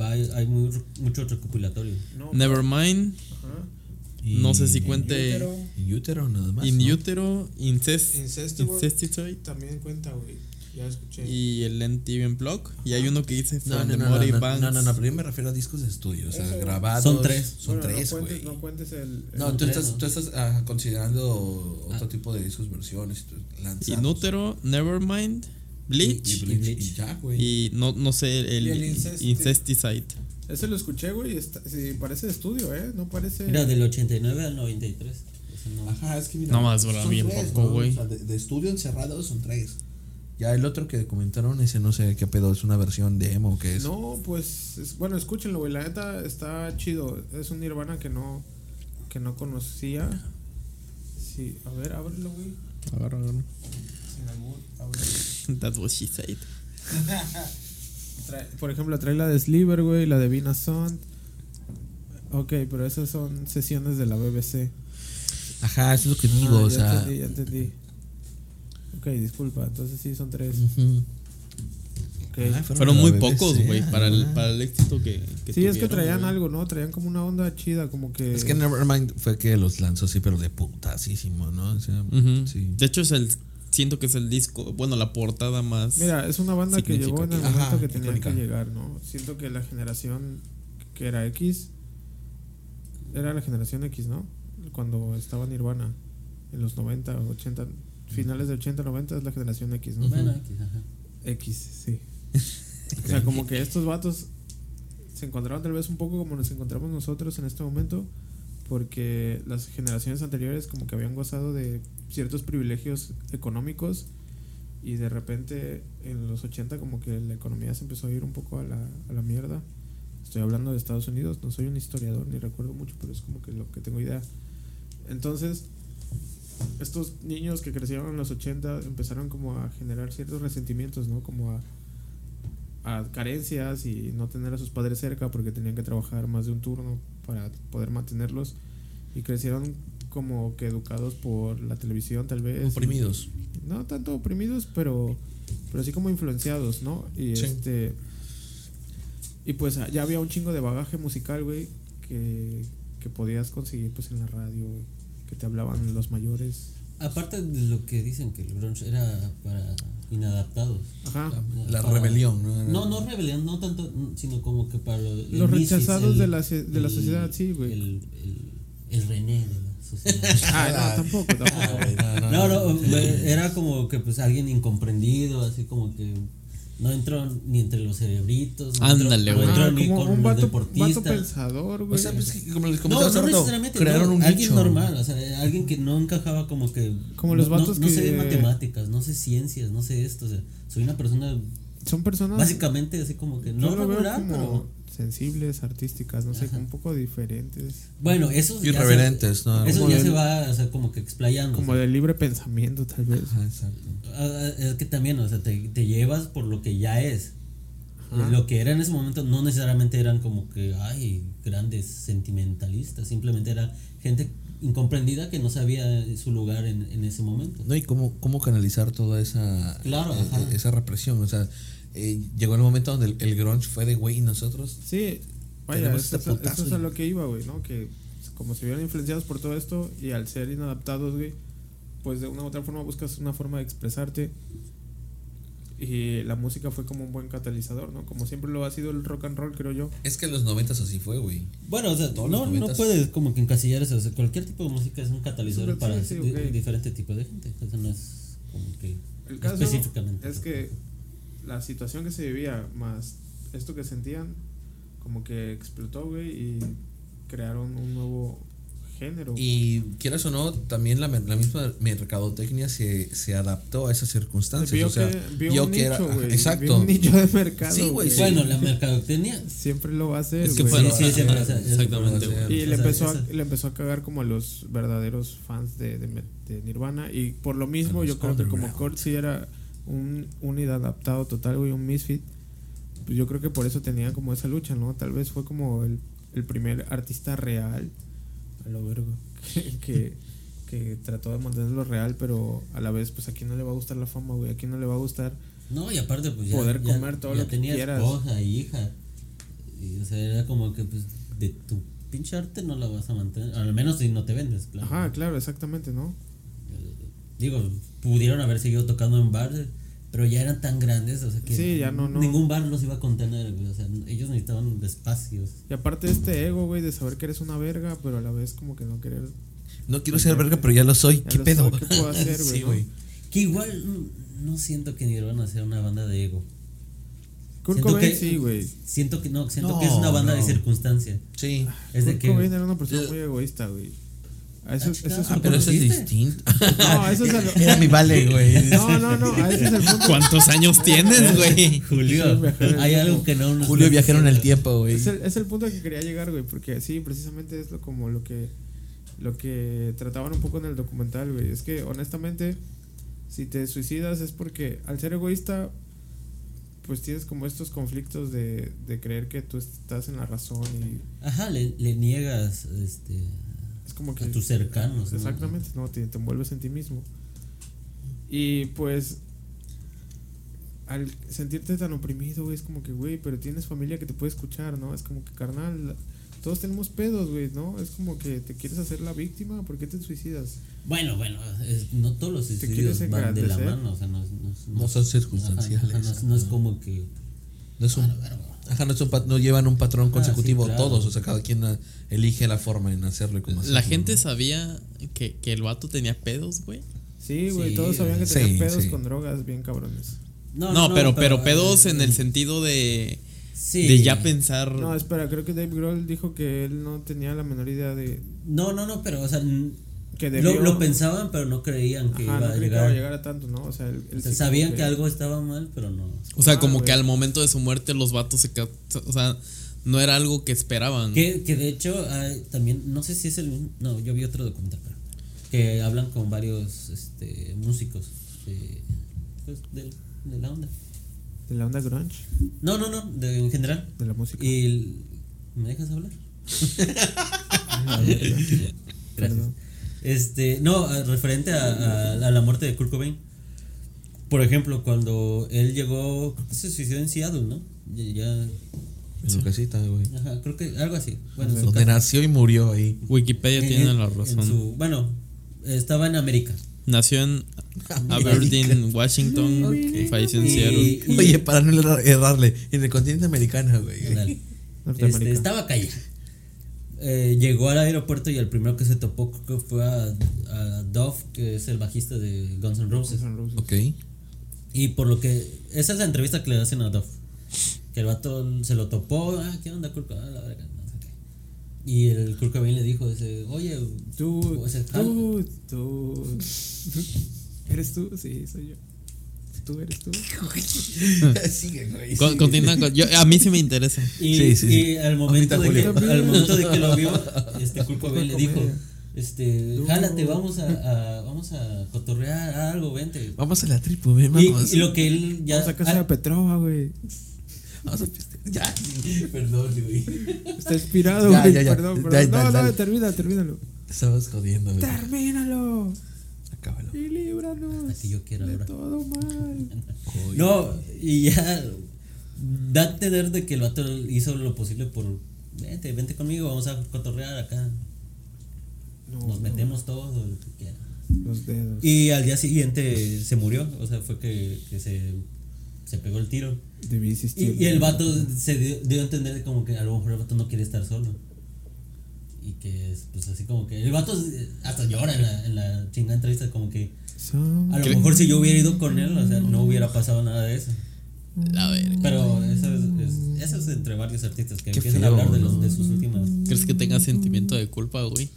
va- hay muy- mucho recopilatorio.
no,
Nevermind,
ajá.
no sé si
In
cuente
Utero. In Utero nada más.
In
¿no?
Utero, Incest,
Incestuous.
Incestitoid,
También cuenta, güey. Ya escuché.
y el MTV en Block. Y hay uno que dice
No,
From
no,
the
no, no,
Muddy
no,
Banks.
no, no, no, pero yo me refiero a discos de estudio, o sea, grabados.
Son tres.
Son
Bueno,
tres,
no
güey.
cuentes, no cuentes el. el-
No, tú
tres,
estás,
¿no?
tú estás ah, considerando otro tipo de discos, versiones. tú lanzas-
In Utero, Nevermind, Bleach.
Y, y Bleach. Y ya, güey.
Y no, no sé, el,
Y el
Incesticide.
incesti-
Ese lo escuché, güey. y está- sí, parece de estudio, ¿eh? No parece.
Mira, del 89 al 93. Eso no-
Ajá, es que mira.
No más dura
son
bien
tres,
poco,
¿no?
güey.
O sea, de, de estudio encerrado son tres. Ya el otro que comentaron, ese no sé qué pedo, es una versión de emo que es.
No, pues. es- bueno, escúchenlo, güey. La neta está chido. Es un Nirvana que no. Que no conocía. Sí, a ver, ábrelo, güey.
Agarra, agarra.
Sin albur, ahora.
That's what she said.
Trae- por ejemplo, trae la de Sliver, güey, la de Vina Son. Ok, pero esas son sesiones de la BBC.
Ajá, eso es lo que
Ah,
digo, o
ya
sea.
entendí, ya entendí. Ok, disculpa, entonces sí son tres.
ujú.
Ok.
Ah,
Fueron
a
muy
la BBC,
pocos, güey, para el,
ajá.
para el éxito que, que
sí, es que
tuvieron,
traían
güey.
algo, ¿no? Traían como una onda chida, como que.
Es que Nevermind fue que los lanzó así, pero de putasísimo, ¿no? O sea,
Ujú.
sí.
De hecho, es el, siento que es el disco, bueno, la portada más...
Mira, es una banda que llegó en el
Ajá,
momento que tenía
icónica.
que llegar, ¿no? Siento que la generación que era X. Era la generación X, ¿no? Cuando estaba Nirvana. En los 90, 80. Finales de 80, 90 es la generación X, ¿no?
Bueno, X, ajá.
X, sí. O sea, como que estos vatos se encontraron tal vez un poco como nos encontramos nosotros en este momento, porque las generaciones anteriores como que habían gozado de ciertos privilegios económicos y de repente en los 80 como que la economía se empezó a ir un poco a la, a la mierda. Estoy hablando de Estados Unidos, no soy un historiador ni recuerdo mucho, pero es como que lo que tengo idea. Entonces, estos niños que crecieron en los 80 empezaron como a generar ciertos resentimientos, ¿no? Como a, a carencias y no tener a sus padres cerca porque tenían que trabajar más de un turno para poder mantenerlos y crecieron como que educados por la televisión tal vez.
Oprimidos.
No tanto oprimidos, pero pero sí como influenciados, ¿no? Y
Sí.
este y pues ya había un chingo de bagaje musical, güey, que, que podías conseguir pues en la radio, güey, que te hablaban los mayores.
Aparte de lo que dicen que el grunge era para inadaptados.
Ajá.
La
Para-
rebelión, ¿no?
No, no rebelión, no tanto, sino como que para lo- el
Los
Misfits,
rechazados
el-
de la se- de la sociedad, sí, güey.
El, el, el René de la sociedad.
Ah, no, tampoco, tampoco.
No, Ah, no, era como que pues alguien incomprendido, así como que no entró ni entre los cerebritos. no entró-
Ándale,
no
güey.
entró
Ah,
ni
como
con
un
los
vato, vato
deportistas.
pensador,
O
güey.
sea, pues, que como les
No,
comentaba
no
hace rato,
necesariamente.
crearon
no,
un
alguien
nicho.
normal, o sea, alguien que no encajaba como que.
Como los
no- no-
vatos
no, sé
que-
de matemáticas, no sé ciencias, no sé esto. O sea, soy una persona
Son personas
básicamente así como que no
yo lo veo
regular,
como
pero.
sensibles, artísticas, no sé, un poco diferentes,
Bueno, eso ya.
Irreverentes,
se,
¿no?
Eso
Como
ya
del-
se va, o sea, como que explayando.
como
o sea.
de libre pensamiento tal vez.
Ajá, exacto.
Ah, Es que también, o sea, te, te llevas por lo que ya es. Lo que era en ese momento no necesariamente eran como que, ay, grandes sentimentalistas, simplemente era gente incomprendida que no sabía su lugar en, en ese momento.
No, y cómo, cómo canalizar toda esa,
Claro,
eh,
ajá.
esa represión. O sea, eh, llegó el momento donde el, el grunge fue de güey y nosotros.
Sí, vaya,
Tenemos este
esto, es a- esto
putazo.
es a lo que iba, güey, ¿no? Que como se vieron influenciados por todo esto y al ser inadaptados, güey, pues de una u otra forma buscas una forma de expresarte. Y la música fue como un buen catalizador, ¿no? Como siempre lo ha sido el rock and roll, creo yo.
Es que en los noventas así fue, güey.
Bueno, o sea,
Todos
no,
los
no
noventas.
puedes como que encasillar eso. o sea, cualquier tipo de música es un catalizador
Sí,
para
sí,
di-
ok.
diferente tipo de gente. Eso no es como que
El caso
específicamente.
es que la situación que se vivía más esto que sentían como que explotó, güey, y crearon un nuevo género.
Y quieras o no, también la, mer- la misma mercadotecnia se, se adaptó a esas circunstancias.
vio
o sea,
que, vio
vio
un
que
nicho,
era.
güey, vio
exacto.
un nicho de mercado.
Sí, güey, Pues sí.
Bueno, la mercadotecnia.
Siempre lo va a hacer.
Es que
güey.
Sí,
fue- Bueno,
sí, siempre,
ajá,
o sea, es-
exactamente,
o sea,
güey.
Y le
Esa-
empezó, a,
esa-
le empezó a cagar como a los verdaderos fans de, de- de Nirvana. Y por lo mismo,
A los
yo creo que como
underground.
Kurt sí era un, un inadaptado total, güey, un misfit. Pues yo creo que por eso tenía como esa lucha, ¿no? Tal vez fue como el, el primer artista real, a lo vergo, que, que, que trató de mantenerlo real, pero a la vez, pues aquí no le va a gustar la fama, güey. Aquí no le va a gustar.
No, y aparte, pues ya.
Poder
ya-
comer todo
ya
lo que
tenía
quieras.
esposa y hija. Y, o sea, era como que, pues, de tu pinche arte no la vas a mantener. Al menos si no te vendes, claro.
Ajá, claro, exactamente, ¿no?
Digo, pudieron haber seguido tocando en bares, pero ya eran tan grandes, o sea que
Sí, ya no, no.
ningún bar los iba a contener, güey, o sea, ellos necesitaban espacios.
Y aparte este ego, güey, de saber que eres una verga, pero a la vez como que no querer...
No quiero ser verga, pero ya lo soy.
Ya
¿Qué
lo
pedo?
soy, ¿qué puedo hacer, güey,
sí,
no?
güey.
Que igual mm, no siento que Nirvana sea una banda de ego.
Kurt
Siento
Cobain,
que-
sí, güey.
Siento que no, siento
No,
que es una banda de
no.
circunstancia.
Sí.
Es de
Kurt
que
Cobain era una persona muy egoísta, güey. A eso, eso es
Ah,
Ah,
un
pero
punto-
eso es
¿Conociste?
distinto.
No, eso es a lo-
Era mi vale, güey.
No, no, no, a ese es el punto.
¿Cuántos años tienes, güey?
Julio, hay algo que no nos-
Julio viajero en el tiempo, güey.
Es el, es el punto al que quería llegar, güey, porque sí, precisamente es lo, como lo que lo que trataban un poco en el documental, güey. Es que honestamente, si te suicidas es porque al ser egoísta, pues tienes como estos conflictos de, de creer que tú estás en la razón y
Ajá, le, le niegas este
es como que...
a tus cercanos. ¿no?
Pues, Exactamente, no, te, te envuelves en ti mismo. Y pues al sentirte tan oprimido, güey, es como que, güey, pero tienes familia que te puede escuchar, ¿no? Es como que, carnal, todos tenemos pedos, güey, ¿no? Es como que te quieres hacer la víctima, ¿por qué te suicidas?
Bueno, bueno, es- no todos los
quieres ¿eh?
suicidios van de la
engrandecer?
mano, o sea, no, es- no, es-
No
es-
son circunstanciales,
ajá, ajá, no, es- no es como que
No es un- ajá, no, es un pat- no llevan un patrón consecutivo
sí, claro.
todos. O sea, cada quien ah, elige la forma en hacerlo y cómo hacerlo.
La gente sabía que, que el vato tenía pedos, güey.
Sí, güey,
Sí,
todos sabían que
sí,
tenían pedos
sí.
con drogas bien cabrones.
No, pero, pero pedos en el sentido de,
sí.
de ya pensar.
No, espera, creo que Dave Grohl dijo que él no tenía la menor idea de...
No, no, no, pero o sea, n-
Que debió-
lo, lo pensaban, pero no creían que
Ajá,
iba
no
a
creí que iba
llegar.
a llegar a tanto, ¿no? O sea, él- él
O sea,
sí
sabían
como
que algo estaba mal, pero no.
o sea,
Ah,
como que
güey.
al momento de su muerte los vatos se. ca- O sea, no era algo que esperaban.
Que, que de hecho hay también, no sé si es el mismo- no, yo vi otro documental, pero que hablan con varios este, músicos de, pues, del- de la onda.
De la onda grunge,
No, no, no, de- en general.
de la música.
Y el- ¿Me dejas hablar? Gracias.
Perdón.
Este, no, a- referente a, a- a la muerte de Kurt Cobain. Por ejemplo, cuando él llegó, creo que se suicidó en Seattle, ¿no? Y Ya,
En su casita, güey.
ajá, creo que algo así. Bueno, en su
Donde
casa-
nació y murió ahí.
Wikipedia
en-
tiene
en-
la
en
razón.
su- bueno, estaba en América.
Nació en Aberdeen, Washington, y falleció en
Y-
Seattle.
y-
Oye, para no errar- errarle. En el continente americano, güey.
Dale.
Norteamérica.
Este, estaba callado. Eh, llegó al aeropuerto y el primero que se topó creo que fue a, a Duff, que es el bajista de Guns N' Roses.
Guns N' Roses.
Ok.
Y por lo que. Esa es la entrevista que le hacen a Duff. Que el vato se lo topó. Ah, ¿qué onda, Kurt Cobain? Ah, la verga, no sé qué. Y el Kurt Cobain le dijo: dice, Oye,
Tú,
o sea,
tú, tú. ¿Eres tú? Sí, soy yo. ¿Tú eres tú?
Sigue, güey.
Con-
sigue.
continúa con- yo- a mí sí me interesa.
Y,
Sí, sí, sí.
y al, momento de que,
Ahorita
Julio.
al momento de que lo vio, este Kurt Cobain le dijo,
Comedia.
este, jálate, vamos a, a- vamos a cotorrear algo, vente.
Vamos a la tripu, güey.
Y,
Vamos.
y lo que él ya...
Vamos a casa de Petrova, güey.
Vamos a pistear. Ya.
Perdón, güey.
Está inspirado,
Ya,
güey.
ya, ya.
Perdón,
Ya,
perdón.
ya,
No,
dale.
no, termina, termínalo.
Estamos jodiendo, güey.
Termínalo.
Acábalo.
Y líbranos.
Así yo quiero
De
ahora.
todo mal.
No, y ya da a entender de que el vato hizo lo posible por, vente, vente conmigo, vamos a cotorrear acá. Nos metemos todos, lo que quiera.
Los dedos.
Y al día siguiente se murió, o sea, fue que, que se, se pegó el tiro.
Debí insistir.
Y, y el vato se dio, dio a entender como que a lo mejor el vato no quiere estar solo. Y que es, pues así como que. El vato eh, hasta llora en la, en la chingada entrevista, como que.
Son-
A lo mejor si yo hubiera ido con él, o sea, no hubiera pasado nada de eso.
La verga.
Pero eso es, es- eso es entre varios artistas que
Qué
empiezan a
feo,
hablar de, los,
¿no?
de sus últimas.
¿Crees que tenga sentimiento de culpa, güey?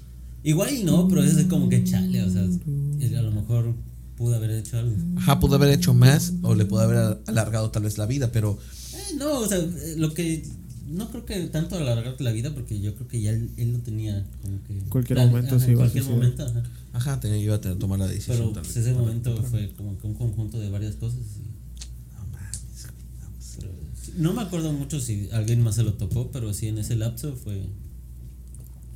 Igual y no, pero eso es como que chale, o sea, él a lo mejor pudo haber hecho algo.
Ajá, pudo haber hecho más o le pudo haber alargado tal vez la vida, pero
Eh, no, o sea, eh, lo que. No creo que tanto alargarte la vida porque yo creo que ya él, él lo tenía como que.
Cualquier
Tal-
momento
ajá,
se iba a
cualquier
suicidar.
momento, ajá.
ajá, tenía, iba a tener- tomar la decisión
Pero
tal
pues,
vez.
ese momento fue como que un conjunto de varias cosas. y-
No mames, güey, no, pues,
pero sí, no me acuerdo mucho si alguien más se lo topó, pero sí en ese lapso fue.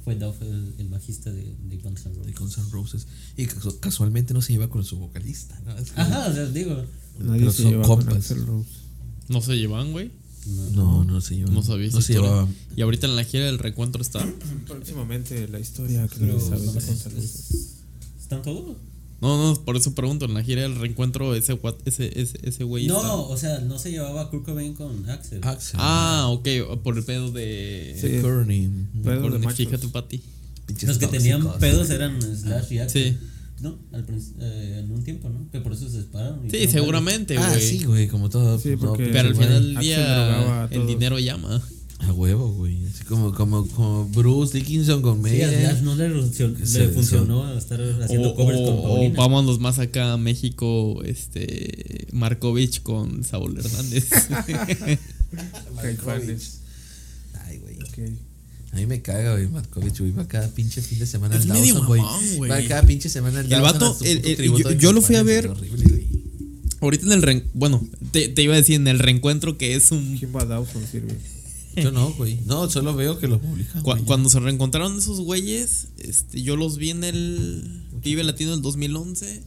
Fue Duff el, el bajista de, de Guns N'
de
Roses.
Guns N' Roses. Y casu- casualmente no se lleva con su vocalista, ¿no? Es como-
Ajá, o sea, digo.
Nadie
Pero
se
son
lleva con
compas.
Axl Rose.
¿No se llevan, güey?
No, no se llevaba.
No sabía
No
esa
se
historia.
llevaba.
Y ahorita en la gira del reencuentro está.
Próximamente la historia que
Pero,
no sabes de
nomás
Guns
es-
N' Roses.
es- ¿Están todos?
No, no, por eso pregunto. En la gira del reencuentro, ese what- ese, ese, ese güey está.
No, o sea, no se llevaba Kurt Cobain con Axel.
Axel.
Ah, ok, por el pedo de.
Sí.
de Courtney.
Pedo de
por de
machos.
fíjate, Pati.
Pinches
Los que
tóxicos.
tenían pedos eran Slash y Axel.
Sí.
No, al princi- eh, en un tiempo, ¿no? Que por eso se separaron. y
Sí,
fueron
seguramente, güey.
Ah, sí, güey, como todo.
Sí,
todo
porque-
pinche
Pero al
güey.
final del
Axel drogaba
día,
a
el
todos.
dinero llama.
A huevo, güey. Así como, como, como Bruce Dickinson con
Sí, a
Meyer.
Slash no le, funcio-
Se-
le funcionó estar haciendo
O,
covers con
o- o
Paulina.
vámonos más acá a México, este. Markovich con Saúl Hernández.
Caifanes.
Ay, güey.
Ok.
A mí me caga, güey, Matkovich, güey. Va cada pinche fin de semana
Es
al
medio
Dawson, güey.
Pues mamón, güey.
Va cada pinche semana al
El
Dawson
vato,
a su
el-
puto
el-
tributo
yo-
de
yo lo fui a
Caifanes,
ver.
es horrible, güey.
Ahorita en el reen- bueno, te, te iba a decir en el reencuentro que es un
¿Quién va a Dawson, sirve?
Yo no, güey. No, solo veo que lo publican.
Cu-
güey.
Cuando se reencontraron esos güeyes, este, yo los vi en el Vive Latino del 2011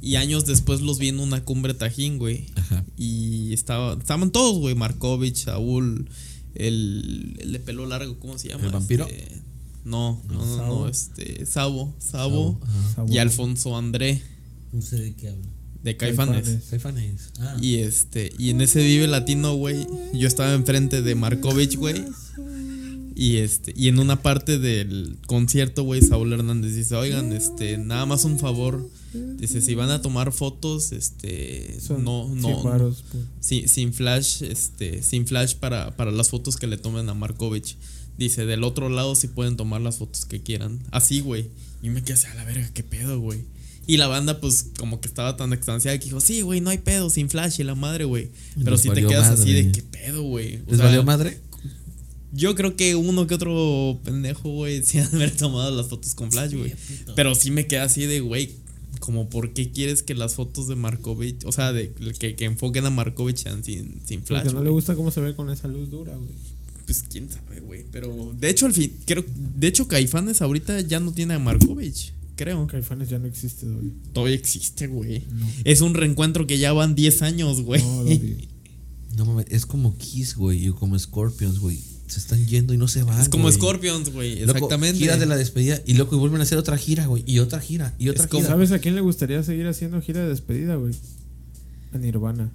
y años después los vi en una cumbre Tajín, güey.
Ajá.
Y estaba, estaban todos, güey, Markovich, Saúl, el, el de pelo largo, ¿cómo se llama?
¿El vampiro?
Este, no, no, no, no,
Sabo.
este, Sabo, Sabo,
Ajá.
y Alfonso André
No sé de qué hablo.
de Caifanes.
Caifanes.
Ah,
Y este, y en ese Vive Latino, güey, yo estaba enfrente de Markovich, güey. Y este, y en una parte del concierto, güey, Saúl Hernández dice, "Oigan, este, nada más un favor. Dice, si van a tomar fotos, este,
Son
no
cien
no
varos, pues.
sin, sin flash, este, sin flash para para las fotos que le tomen a Markovich." Dice, "Del otro lado si pueden tomar las fotos que quieran." Así, güey. Y me quedé así, a la verga, qué pedo, güey. Y la banda, pues, como que estaba tan extanciada que dijo, sí, güey, no hay pedo, sin flash y la madre, güey. Pero
Les
si te
valió
quedas así
madre.
de qué pedo, güey. O
¿Les
sea,
valió madre?
Yo creo que uno que otro pendejo, güey, se han de haber tomado las fotos con flash, güey. Pero sí me queda así de, güey, como, ¿por qué quieres que las fotos de Markovich, o sea, de que, que enfoquen a Markovich sean sin, sin flash?
Porque no le
güey?
gusta cómo se ve con esa luz dura, güey.
Pues quién sabe, güey. Pero, de hecho, al fin, creo, de hecho, Caifanes ahorita ya no tiene a Markovich, creo.
Caifanes ya no existe, güey.
Todavía existe, güey. Es un reencuentro que ya van 10 años, güey.
No, Dori.
No mames, es como Kiss, güey, y como Scorpions, güey. Se están yendo y no se van.
es como
güey.
Scorpions, güey.
Loco,
Exactamente.
Gira de la despedida y loco, y vuelven a hacer otra gira, güey. Y otra gira, y otra
Es como-
gira.
¿Sabes a quién le gustaría seguir haciendo gira de despedida, güey? A Nirvana.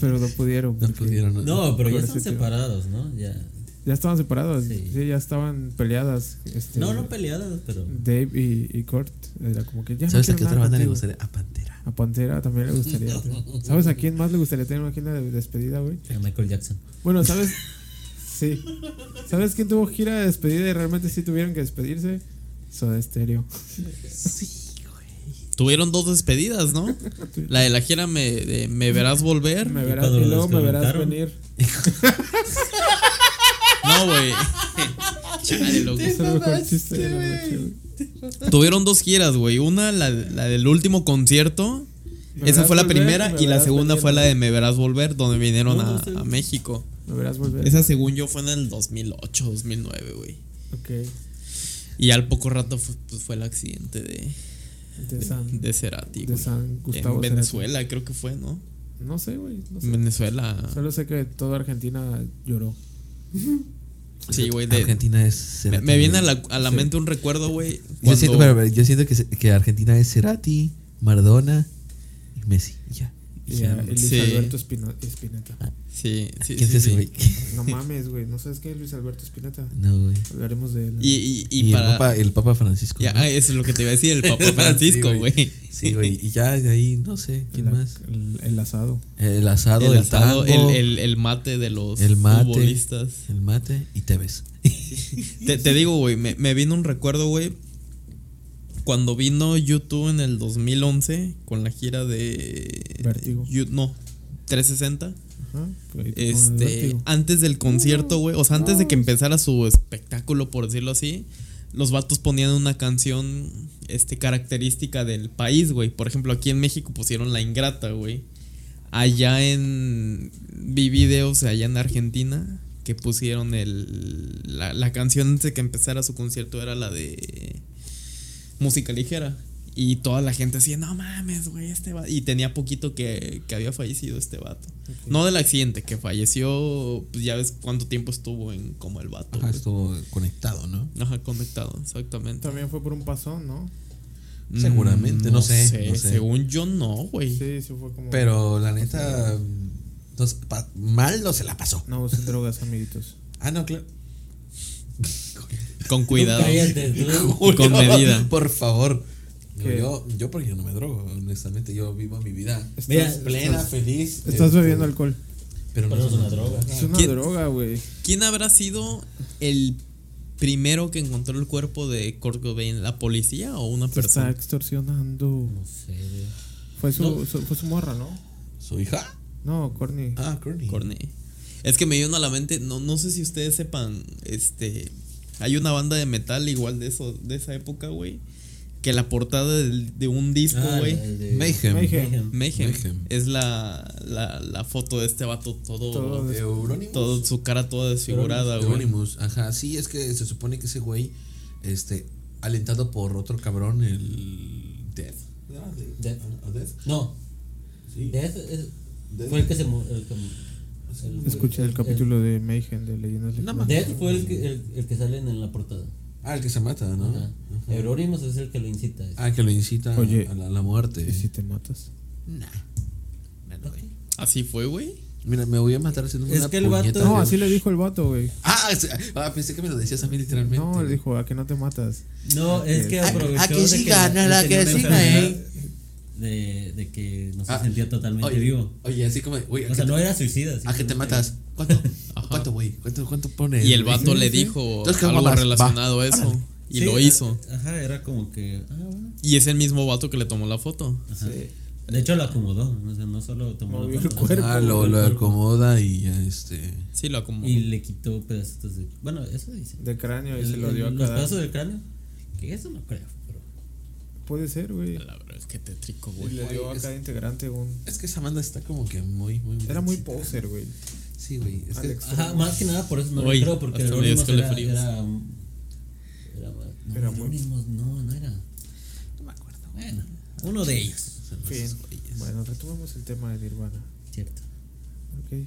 Pero no pudieron.
No
porque
pudieron. No,
no, pero ya
Por
están
ese tío.
separados, ¿no? Ya.
Ya estaban separadas.
Sí.
Sí, ya estaban peleadas. Este,
No, no peleadas, pero.
Dave y, y Kurt. Era como que ya. no
¿Sabes a
quiero
qué
nada
otra banda le
contigo.
gustaría? A Pantera.
A Pantera también le gustaría. ¿Sabes a quién más le gustaría tener una gira de despedida, güey?
A Michael Jackson.
Bueno, ¿sabes? Sí. ¿Sabes quién tuvo gira de despedida y realmente sí tuvieron que despedirse? Soda Stereo.
Tuvieron dos despedidas, ¿no? La de la gira me, de Me Verás Volver.
Me
¿Y
verás,
cuando
y
lo
luego me verás
desconectaron?
venir.
No, güey. Chale, loco.
Es el mejor chiste de la noche, güey.
Tuvieron dos giras, güey. Una, la, la del último concierto.
Me
Esa
verás
fue la
volver,
primera.
me
Y la
verás
segunda
venir.
fue la de Me Verás Volver, donde vinieron
No, no
a,
sé.
a México.
Me verás volver.
Esa, según yo, fue en el 2008, 2009, güey.
Ok.
Y al poco rato fue, pues, fue el accidente de,
De San,
de Cerati,
de
güey.
San Gustavo.
En
Cerati.
Venezuela, creo que fue, ¿no?
No sé, güey. No sé.
Venezuela.
Solo sé que toda Argentina lloró.
Sí, güey. de-
Argentina es.
Me,
Cerati,
me viene a
güey.
la, a la mente un recuerdo, güey.
Yo
cuando-
siento, pero, pero, yo siento que, se- que Argentina es Cerati, Maradona y Messi. y Ya.
Y a Luis
Sí.
Alberto Espino- Espineta.
Sí, sí.
¿Quién
sí,
es ese
sí.
güey?
No mames, güey. ¿No sabes qué es Luis Alberto Espineta?
No, güey.
Hablaremos de él.
Y, y, y
Y,
para.
el, Papa, el Papa Francisco.
Ya,
¿no?
ah, eso es lo que te iba a decir, el Papa Francisco,
Sí, güey.
güey.
Sí, güey. Y ya de ahí, no sé, ¿quién
La-
más?
El, el asado.
El asado,
El,
el,
asado,
tango,
el, el- el mate de los
el mate.
futbolistas.
el mate y te ves.
Te, te digo, güey, me, me vino un recuerdo, güey. Cuando vino YouTube en el 2011 con la gira de.
Vértigo.
Yu- no, 360.
Ajá. pues, con el
Este,
vértigo.
antes del concierto, güey, o sea, antes de que empezara su espectáculo, por decirlo así, los vatos ponían una canción este característica del país, güey. Por ejemplo, aquí en México pusieron La Ingrata, güey. Allá en vi videos allá en Argentina que pusieron el la, la canción antes de que empezara su concierto era la de música ligera. Y toda la gente así, no mames, güey, este vato. Y tenía poquito que, que había fallecido este vato. No del accidente, que falleció, pues ya ves cuánto tiempo estuvo en como el vato.
Ajá,
güey.
estuvo conectado, ¿no?
Ajá, conectado, exactamente.
También fue por un pasón, ¿no?
Mm,
Seguramente, no sé, no sé.
Según yo, no, güey.
Sí, sí fue como.
Pero la neta, mm, no se- pa- mal no se la pasó.
No usen drogas, amiguitos.
Ah, no, claro.
Con cuidado.
Cállate, tú.
Y con medida.
Por favor.
¿Qué?
Yo, yo porque yo no me drogo, honestamente, yo vivo mi vida.
Mira,
Estás-
plena, feliz.
Estás
Este,
bebiendo alcohol.
Pero no
Pero es una
droga.
droga.
Es una
¿Quién-
droga, güey.
¿Quién habrá sido el primero que encontró el cuerpo de Kurt Cobain? ¿La policía o una
Se está
persona?
extorsionando.
No sé, güey.
Fue su, su- fue su morra, ¿no?
¿Su hija?
No, Corny.
Ah, Courtney.
Corney. Es que me vino a la mente, no, no sé si ustedes sepan, este, hay una banda de metal igual de eso, de esa época, güey, que la portada del- de un disco,
Ah,
güey,
el de-
Mayhem.
Mayhem.
Mayhem,
Mayhem.
es la, la, la foto de este vato todo,
Todo
todo,
Euronymous.
su cara toda desfigurada, güey.
Euronymous, ajá. Sí, es que se supone que ese güey, este, alentado por otro cabrón, el. Death. ¿no? De-
Death.
¿A- a Death?
No.
Sí.
Death es-
Death.
Fue el que se. mu- El que, el-
Escuchen el capítulo de Mayhem de Leyendas Legendarias.
Death fue el que, el, el que sale en la portada.
Ah, el que se mata, ¿no?
Ajá. Euronymous es el que lo incita. a eso.
Ah, que lo incita
Oye.
a, la, a la muerte.
¿Y si te matas?
Nah. Nah, no, güey.
Así fue, güey.
Mira, me voy a matar haciendo
Es
una
que el vato-
puñeta
No,
de-
así le dijo el vato, güey.
Ah, es- ah, pensé que me lo decías a mí literalmente.
No, le dijo, ¿a que no te matas?
No, es que
A-
aprovechó.
a que
de
sí
que
gana
él
la
tenía
que
una
sí gana,
enfermedad De, de que no se
Ah,
sentía totalmente
oye,
vivo.
Oye, así como, güey, a,
O
que
sea,
te-
no era suicida.
a que te
simplemente-
matas. ¿Cuánto? ¿Cuánto, güey? ¿Cuánto, ¿Cuánto pone?
Y el
güey?
vato le
Sí, sí.
dijo
Entonces, ¿qué
algo
mamas? Va.
relacionado a eso. Y
Sí,
lo
a-
hizo.
Ajá, era como que. Ah, bueno.
Y es el mismo vato que le tomó la foto.
Ajá. De hecho, lo acomodó. O sea, no solo tomó la foto,
Ah, lo, lo acomoda y ya este.
Sí, lo acomodó.
Y le quitó pedacitos de. Bueno, eso dice.
De cráneo y se
El-
lo
el-
dio a
Los
cada-
pedazos del cráneo. Que eso no creo. Pero
Puede ser, güey.
La verdad es que tétrico,
Y
güey.
le dio a
es-
cada integrante un...
Es que esa banda está como que muy, muy.
Era muy poser, güey.
Sí, güey. Es que. ah,
Alex.
Ajá, más que nada por eso no
Oye,
lo creo, porque
hasta me dio
Euronymous era,
escalofríos.
era, un- era, no,
Era muy-
Euronymous no, no era.
No me acuerdo.
Bueno, uno de ellos,
Fin. Bueno, retomemos el tema de Nirvana.
cierto.
Ok.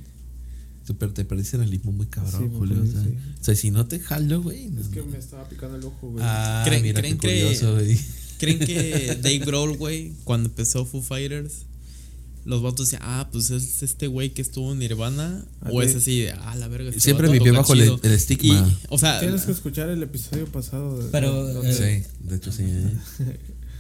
Super, te perdiste en el limbo muy
Sí,
cabrón,
me
Julio. O
perdí,
sea,
sí.
o sea, si no te jalo, güey. no-
Es que me estaba picando el ojo, güey.
Ah,
¿Creen-
mira,
creen
qué
que-
curioso, güey.
¿Creen que Dave Grohl, güey, cuando empezó Foo Fighters, los vatos decían, ah, pues es este güey que estuvo en Nirvana?
Ah,
o es
sí.
así, de, ah, la verga. este
Siempre
vato
vivió
toca
bajo el-
chido".
el estigma.
Y, o sea,
Tienes que escuchar el episodio pasado. de-
Pero,
donde-
eh,
Sí, de hecho sí. ¿eh?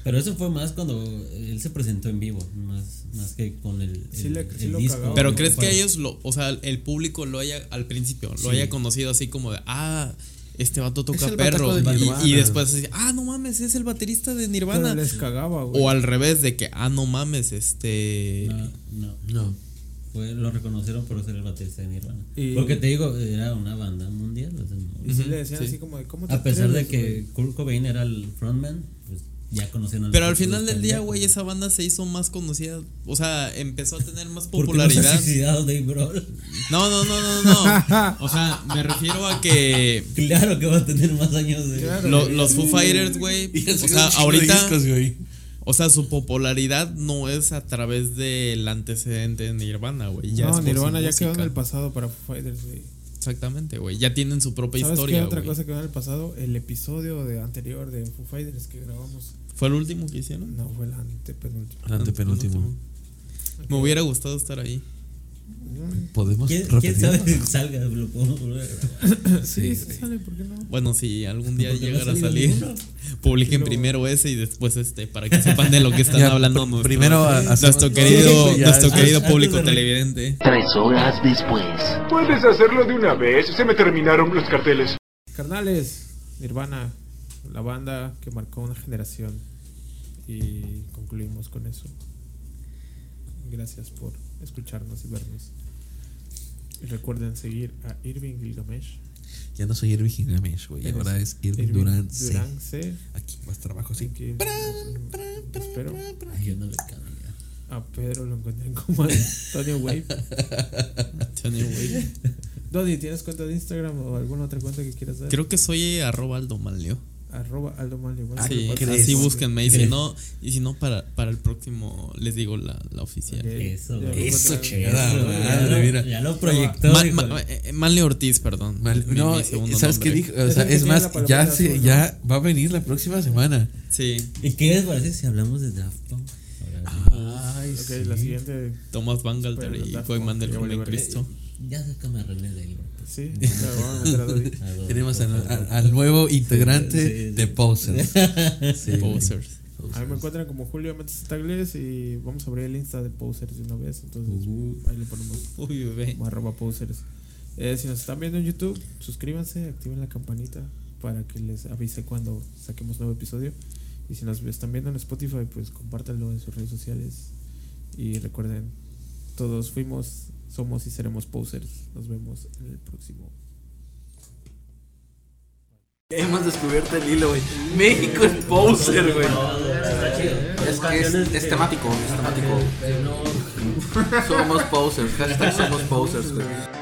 Pero eso fue más cuando él se presentó en vivo, más, más que con el, el,
Sí le-
el
sí lo
disco.
cagaba.
pero
¿no?
¿crees que
Fue-
ellos, lo, o sea, el público lo haya, al principio, lo haya conocido así como de, ah, este vato toca
el
perro?
bataco de
y-
Nirvana.
Y, después así, ah, no mames, es el baterista de
pero
Nirvana.
les cagaba, güey.
O al revés, de que, ah, no mames, este.
Ah,
No, no.
No.
Fue, lo reconocieron por ser el baterista de Nirvana.
Y-
Porque te digo, era una banda mundial. o sea, no-
Y sí le decían
sí.
así como de, ¿cómo te
A pesar de
atreves,
que
güey?
Kurt Cobain era el frontman, pues ya conocían
Pero
pues,
al final del día, güey, esa banda se hizo más conocida. O sea, empezó a tener más
popularidad.
popularidad.
suicidado Dave Grohl?
No, no, no, no, no. O sea, me refiero a que
Claro que va a tener más años de.
lo- los Foo Fighters, güey. O sea, ahorita. O sea, su popularidad no es a través del antecedente de Nirvana, güey. Ya es
No,
por su
Nirvana ya quedó en
música.
el pasado para Foo Fighters, güey.
Exactamente, güey. Ya tienen su propia
¿Sabes
historia.
qué otra
güey.
cosa que va en el pasado? El episodio de anterior de Foo Fighters que grabamos
¿Fue el último que hicieron?
no fue el antepenúltimo.
El antepenúltimo.
Me hubiera gustado estar ahí.
Podemos
¿Quién,
repetir.
quién sabe si salga? Lo podemos volver a grabar.
Sí, sí, sale, ¿por qué no?
Bueno, si algún día
Porque no
llegara a
salió
salir,
ninguno.
publiquen primero ese y después este, para que sepan de lo que están
Ya,
hablando.
pr-
nuestro-
primero a- hacemos-
nuestro querido,
Sí, ya,
nuestro
sí.
querido
Antes-
público
antes de-
televidente.
Tres horas después.
Puedes hacerlo de una vez, se me terminaron los carteles.
Carnales, Nirvana, la banda que marcó una generación. Y concluimos con eso. Gracias por escucharnos y vernos. Y recuerden seguir a Irving Gilgamesh.
Ya no soy Irving Gilgamesh, güey.
Eres
Ahora es Irving Durán C.
Durán C.
Aquí, más trabajo, sí.
Así que eh, espero
Ay, yo no le cabía.
a Pedro lo encuentren como Antonio Wave.
Antonio, güey.
Donny, ¿tienes cuenta de Instagram o alguna otra cuenta que quieras dar?
Creo que soy eh, arroba Aldo Manlio.
Arroba Aldo Manlio.
Ah,
Bueno,
Ah, Sí,
lo pasas.
así búsquenme. Y si
¿Crees?
no, y si no para, para el próximo les digo la, la oficial.
Ok.
Eso,
Ya
güey.
lo
Eso,
encuentran-
chingada
Eso, ya
madre,
lo-
mira.
Ya lo proyectó.
Ma-
hijo
ma-
de-
eh, eh, Manlio Ortiz, perdón.
Mal-
Mi-
no, eh,
mi segundo
¿sabes qué
nombre.
dijo? O sea,
el que
es
tiene
más,
la palomita
ya, se-
azul, ¿no?
ya va a venir la próxima semana.
Sí,
¿Y qué les parece si hablamos de Daft Punk?
Ay,
Ok, la siguiente.
Thomas Bangalter
Pero
y
Daft
Goy
Punk,
Mandel
ya
Julián
valió verga.
Cristo.
Ya sácame a René del grupo.
Sí, la vamos a meter a Donny.
A ver,
Tenemos
por
al,
favor.
al- al nuevo integrante
sí, sí.
de Posers. Sí, güey.
Posers.
Ahí me encuentran como Julio Matos Tagles y vamos a abrir el Insta de Posers de una vez. Entonces ahí le ponemos
Uy, bebé.
como arroba Posers. Eh, si nos están viendo en YouTube, suscríbanse, activen la campanita para que les avise cuando saquemos nuevo episodio. Y si nos están viendo en Spotify, pues compártanlo en sus redes sociales. Y recuerden, todos fuimos, somos y seremos Posers. Nos vemos en el próximo.
Hemos descubierto el hilo, güey. México es poser, güey.
Está chido.
Es que es, es temático, es temático.
Pero no.
Somos posers, hashtag somos posers, güey.